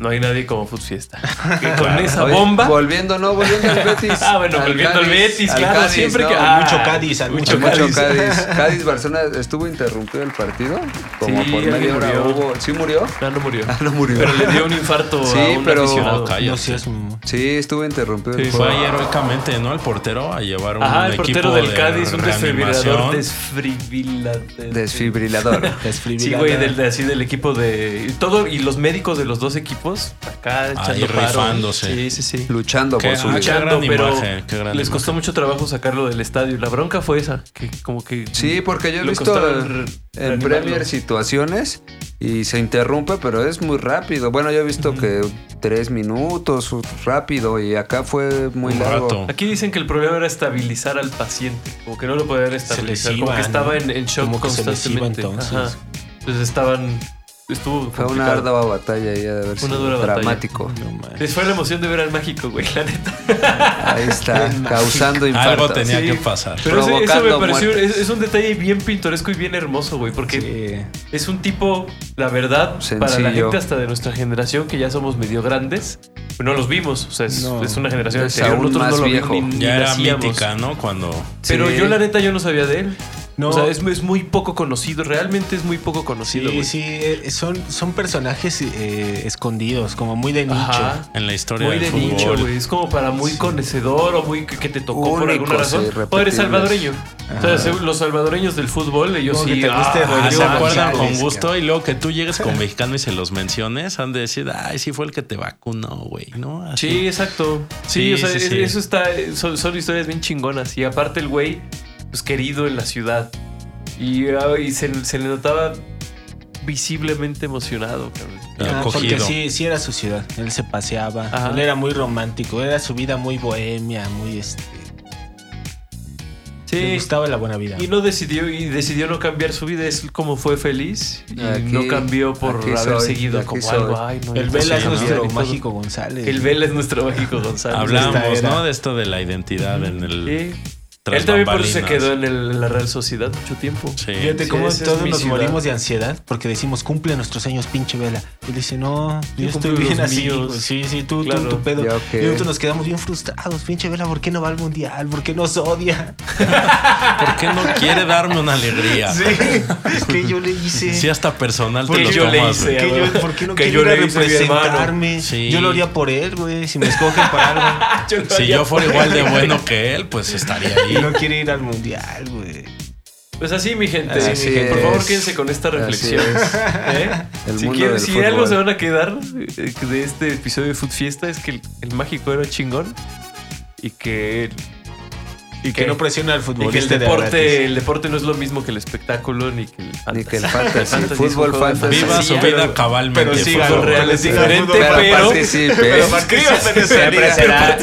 [SPEAKER 3] No hay nadie como Food Fiesta. Que con esa
[SPEAKER 4] Oye,
[SPEAKER 3] bomba.
[SPEAKER 4] Volviendo, no, volviendo al Betis.
[SPEAKER 3] Ah, bueno, volviendo al
[SPEAKER 4] Cádiz,
[SPEAKER 3] Betis,
[SPEAKER 4] al
[SPEAKER 3] claro.
[SPEAKER 4] Cádiz,
[SPEAKER 3] siempre
[SPEAKER 4] no,
[SPEAKER 3] que.
[SPEAKER 4] al
[SPEAKER 3] ah,
[SPEAKER 5] mucho Cádiz, al mucho
[SPEAKER 4] Mucho
[SPEAKER 5] Cádiz.
[SPEAKER 4] Cádiz. Cádiz Barcelona estuvo interrumpido el partido. Como
[SPEAKER 3] Sí,
[SPEAKER 4] por
[SPEAKER 3] alguien
[SPEAKER 4] media hora
[SPEAKER 3] murió.
[SPEAKER 4] hubo. ¿Sí murió?
[SPEAKER 3] No, no murió.
[SPEAKER 4] no murió.
[SPEAKER 3] Pero le dio un infarto
[SPEAKER 4] Sí,
[SPEAKER 3] a un
[SPEAKER 4] pero-
[SPEAKER 3] aficionado.
[SPEAKER 6] Cállate.
[SPEAKER 5] No seas un-
[SPEAKER 4] Sí, estuvo interrumpido
[SPEAKER 3] Sí,
[SPEAKER 4] el
[SPEAKER 6] Fue
[SPEAKER 4] juego.
[SPEAKER 6] ahí heroicamente, ¿no? Al portero a llevar un
[SPEAKER 3] Ajá, el
[SPEAKER 6] equipo
[SPEAKER 3] portero del Cádiz, un desfibrilador.
[SPEAKER 6] reanimación.
[SPEAKER 3] Desfibrilador.
[SPEAKER 4] Desfibrilador.
[SPEAKER 5] Desfibrilador.
[SPEAKER 3] Sí, güey, del, de- así del equipo de. y Todo, y los médicos de los dos equipos equipos acá echando paro.
[SPEAKER 6] rifándose.
[SPEAKER 3] Sí, sí, sí.
[SPEAKER 4] Luchando
[SPEAKER 6] Qué-
[SPEAKER 4] por su
[SPEAKER 6] ah,
[SPEAKER 4] vida.
[SPEAKER 6] qué
[SPEAKER 3] Luchando,
[SPEAKER 6] gran
[SPEAKER 3] pero
[SPEAKER 6] imagen, qué gran
[SPEAKER 3] les costó
[SPEAKER 6] imagen.
[SPEAKER 3] mucho trabajo sacarlo del estadio. La bronca fue esa, que como que
[SPEAKER 4] Sí, porque yo he
[SPEAKER 3] le
[SPEAKER 4] visto
[SPEAKER 3] costaba
[SPEAKER 4] en
[SPEAKER 3] re-
[SPEAKER 4] en
[SPEAKER 3] reanimarlo.
[SPEAKER 4] Premier situaciones y se interrumpe, pero es muy rápido. Bueno, yo he visto que tres minutos rápido y acá fue muy
[SPEAKER 6] Un
[SPEAKER 4] largo.
[SPEAKER 6] rato.
[SPEAKER 3] Aquí dicen que el problema era estabilizar al paciente, como que no lo podían estabilizar,
[SPEAKER 5] les
[SPEAKER 3] como
[SPEAKER 5] iba,
[SPEAKER 3] que estaba
[SPEAKER 5] ¿no?
[SPEAKER 3] en, en shock
[SPEAKER 5] Como que se les iba
[SPEAKER 3] constantemente.
[SPEAKER 5] entonces.
[SPEAKER 3] Ajá. Entonces estaban, estuvo
[SPEAKER 4] Fue una
[SPEAKER 3] complicado.
[SPEAKER 4] ardua batalla ya de haber
[SPEAKER 3] Una dura
[SPEAKER 4] sido
[SPEAKER 3] batalla.
[SPEAKER 4] dramático.
[SPEAKER 5] Oh, No manches.
[SPEAKER 3] Les fue la emoción de ver al mágico, güey, la neta.
[SPEAKER 4] Ahí está, causando infartos.
[SPEAKER 6] Algo tenía
[SPEAKER 3] Sí.
[SPEAKER 6] que pasar.
[SPEAKER 3] Pero ese- eso me
[SPEAKER 4] Provocando
[SPEAKER 3] pareció,
[SPEAKER 4] muertes.
[SPEAKER 3] es, es un detalle bien pintoresco y bien hermoso, güey, porque
[SPEAKER 5] Sí.
[SPEAKER 3] es un tipo, la verdad, para la
[SPEAKER 4] Sencillo.
[SPEAKER 3] gente hasta de nuestra generación, que ya somos medio grandes, no los vimos, o sea, es,
[SPEAKER 5] No.
[SPEAKER 3] es una generación
[SPEAKER 4] Es
[SPEAKER 3] anterior,
[SPEAKER 4] aún
[SPEAKER 3] nosotros
[SPEAKER 4] más
[SPEAKER 3] no lo vimos
[SPEAKER 4] viejo.
[SPEAKER 3] ni- ni
[SPEAKER 6] Ya era
[SPEAKER 3] nacíamos.
[SPEAKER 6] mítica, ¿no? Cuando
[SPEAKER 3] Pero
[SPEAKER 4] Sí.
[SPEAKER 3] yo la neta yo no sabía de él.
[SPEAKER 5] No.
[SPEAKER 3] O sea, es, es muy poco conocido, realmente es muy poco conocido.
[SPEAKER 5] Sí,
[SPEAKER 3] güey.
[SPEAKER 5] sí, eh, son, son personajes eh, escondidos, como muy de nicho.
[SPEAKER 3] Ajá.
[SPEAKER 6] en la historia
[SPEAKER 3] Muy de
[SPEAKER 6] del fútbol.
[SPEAKER 3] nicho, güey. Es como para muy conocedor o muy que, que te tocó por
[SPEAKER 4] Únicos
[SPEAKER 3] alguna
[SPEAKER 4] e
[SPEAKER 3] razón. O
[SPEAKER 4] irrepetibles.
[SPEAKER 3] eres salvadoreño. O sea, según los salvadoreños del fútbol, ellos
[SPEAKER 5] Como
[SPEAKER 3] sí.
[SPEAKER 5] que te guste
[SPEAKER 3] ah,
[SPEAKER 6] Ah,
[SPEAKER 5] Rodrigo
[SPEAKER 6] ¿Se
[SPEAKER 3] ah,
[SPEAKER 6] acuerdan
[SPEAKER 5] González,
[SPEAKER 6] con gusto? Y luego que tú llegues con mexicano y se los menciones, han de decir, ay, sí fue el que te vacunó, güey, ¿no? Así.
[SPEAKER 3] Sí, exacto. Sí,
[SPEAKER 6] Sí,
[SPEAKER 3] o sea,
[SPEAKER 6] sí,
[SPEAKER 3] es-
[SPEAKER 6] sí.
[SPEAKER 3] eso está. Son, son historias bien chingonas. Y aparte, el güey, pues querido en la ciudad. Y, ah, y se, se le notaba visiblemente emocionado, cabrón.
[SPEAKER 5] Ah,
[SPEAKER 6] Acogido.
[SPEAKER 5] porque sí, sí era su ciudad. Él se paseaba.
[SPEAKER 3] Ajá.
[SPEAKER 5] Él era muy romántico. Era su vida muy bohemia, muy este. Le
[SPEAKER 3] Sí.
[SPEAKER 5] gustaba la buena vida.
[SPEAKER 3] Y no decidió, y decidió no cambiar su vida, es como fue feliz. Y
[SPEAKER 4] Aquí-
[SPEAKER 3] no cambió por
[SPEAKER 4] aquí
[SPEAKER 3] haber
[SPEAKER 4] soy,
[SPEAKER 3] seguido
[SPEAKER 4] aquí
[SPEAKER 3] como
[SPEAKER 4] soy.
[SPEAKER 3] algo. Ay, no,
[SPEAKER 5] el
[SPEAKER 3] yo
[SPEAKER 5] Vela
[SPEAKER 3] sí,
[SPEAKER 5] es
[SPEAKER 3] ¿no?
[SPEAKER 5] nuestro
[SPEAKER 3] Y todo.
[SPEAKER 5] mágico González.
[SPEAKER 3] El Vela es nuestro mágico González.
[SPEAKER 5] Esta
[SPEAKER 6] Hablamos,
[SPEAKER 5] era.
[SPEAKER 6] ¿no? De esto de la identidad en el.
[SPEAKER 3] Sí.
[SPEAKER 6] tras
[SPEAKER 3] Él también por eso se
[SPEAKER 6] bambalinas.
[SPEAKER 3] quedó en, el- en la Real Sociedad mucho tiempo.
[SPEAKER 6] Sí.
[SPEAKER 5] Fíjate
[SPEAKER 3] Sí,
[SPEAKER 5] cómo
[SPEAKER 3] esa es
[SPEAKER 5] todos
[SPEAKER 3] mi
[SPEAKER 5] nos
[SPEAKER 3] ciudad.
[SPEAKER 5] morimos de ansiedad porque decimos, cumple nuestros sueños, pinche vela. Y él dice, no, yo,
[SPEAKER 3] Yo
[SPEAKER 5] estoy
[SPEAKER 3] cumplo los
[SPEAKER 5] bien así.
[SPEAKER 3] míos.
[SPEAKER 5] güey. Sí, sí, tú,
[SPEAKER 3] Claro.
[SPEAKER 5] tú, tu pedo.
[SPEAKER 4] Ya, ok.
[SPEAKER 5] Y nosotros nos quedamos bien frustrados, pinche vela, ¿por qué no va al mundial? ¿Por qué nos odia?
[SPEAKER 6] ¿Por qué no quiere darme una alegría?
[SPEAKER 5] Sí,
[SPEAKER 6] Sí.
[SPEAKER 5] que yo le hice.
[SPEAKER 6] hasta personal te
[SPEAKER 3] Porque
[SPEAKER 6] lo
[SPEAKER 3] yo le
[SPEAKER 6] tomas,
[SPEAKER 3] hice.
[SPEAKER 6] güey.
[SPEAKER 5] que yo, ¿Por qué no
[SPEAKER 3] Que
[SPEAKER 5] quiere
[SPEAKER 3] yo
[SPEAKER 5] ir a
[SPEAKER 3] le hice a mi hermano.
[SPEAKER 5] representarme?
[SPEAKER 6] Sí.
[SPEAKER 5] Yo lo haría por él, güey, si me escogen para algo.
[SPEAKER 3] Yo no
[SPEAKER 6] Si
[SPEAKER 3] había-
[SPEAKER 6] yo fuera igual de bueno que él, pues estaría
[SPEAKER 5] Y
[SPEAKER 6] ahí.
[SPEAKER 5] no quiere ir al mundial, güey.
[SPEAKER 3] Pues así, mi gente.
[SPEAKER 4] Así
[SPEAKER 3] mi gente. Por
[SPEAKER 4] es.
[SPEAKER 3] favor, quédense con esta
[SPEAKER 4] Así
[SPEAKER 3] reflexión.
[SPEAKER 4] es.
[SPEAKER 3] ¿Eh?
[SPEAKER 4] El
[SPEAKER 3] si
[SPEAKER 4] mundo
[SPEAKER 3] quieren-
[SPEAKER 4] del
[SPEAKER 3] si
[SPEAKER 4] fútbol.
[SPEAKER 3] algo se van a quedar eh, de este episodio de Food Fiesta es que el, el mágico era chingón y que. Y
[SPEAKER 5] Que no presiona al
[SPEAKER 3] y que el
[SPEAKER 5] futbolista de
[SPEAKER 3] deporte,
[SPEAKER 5] gratis.
[SPEAKER 3] el deporte no es lo mismo que el espectáculo ni que el fantasy.
[SPEAKER 4] Ni que el fantasy,
[SPEAKER 3] El es
[SPEAKER 4] fútbol
[SPEAKER 3] un juego de
[SPEAKER 4] fantasy.
[SPEAKER 6] Viva
[SPEAKER 3] fantasía,
[SPEAKER 6] su vida
[SPEAKER 3] pero-
[SPEAKER 6] cabalmente.
[SPEAKER 5] pero sí,
[SPEAKER 6] por
[SPEAKER 5] ganó
[SPEAKER 3] Fútbol
[SPEAKER 6] favor.
[SPEAKER 3] real es
[SPEAKER 5] Pero
[SPEAKER 3] diferente,
[SPEAKER 5] fútbol
[SPEAKER 3] pero.
[SPEAKER 4] participe.
[SPEAKER 5] suscríbanse en esa liga.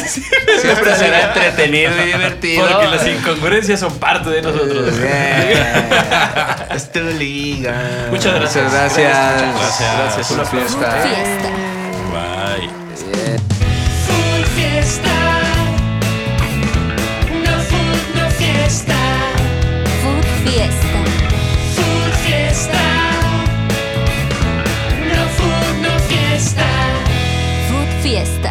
[SPEAKER 4] Siempre será entretenido y divertido.
[SPEAKER 3] Porque las incongruencias son parte de nosotros.
[SPEAKER 4] Bien.
[SPEAKER 5] Es tu liga.
[SPEAKER 3] Muchas
[SPEAKER 4] Muchas
[SPEAKER 3] gracias.
[SPEAKER 4] gracias.
[SPEAKER 6] Gracias.
[SPEAKER 3] Gracias. Un
[SPEAKER 4] Una
[SPEAKER 3] aplauso.
[SPEAKER 4] fiesta.
[SPEAKER 2] fiesta.
[SPEAKER 6] Bye.
[SPEAKER 4] Bien.
[SPEAKER 1] Full fiesta. Una full no fiesta.
[SPEAKER 2] Food Fiesta.
[SPEAKER 1] Full fiesta. Una full no fiesta.
[SPEAKER 2] Food Fiesta.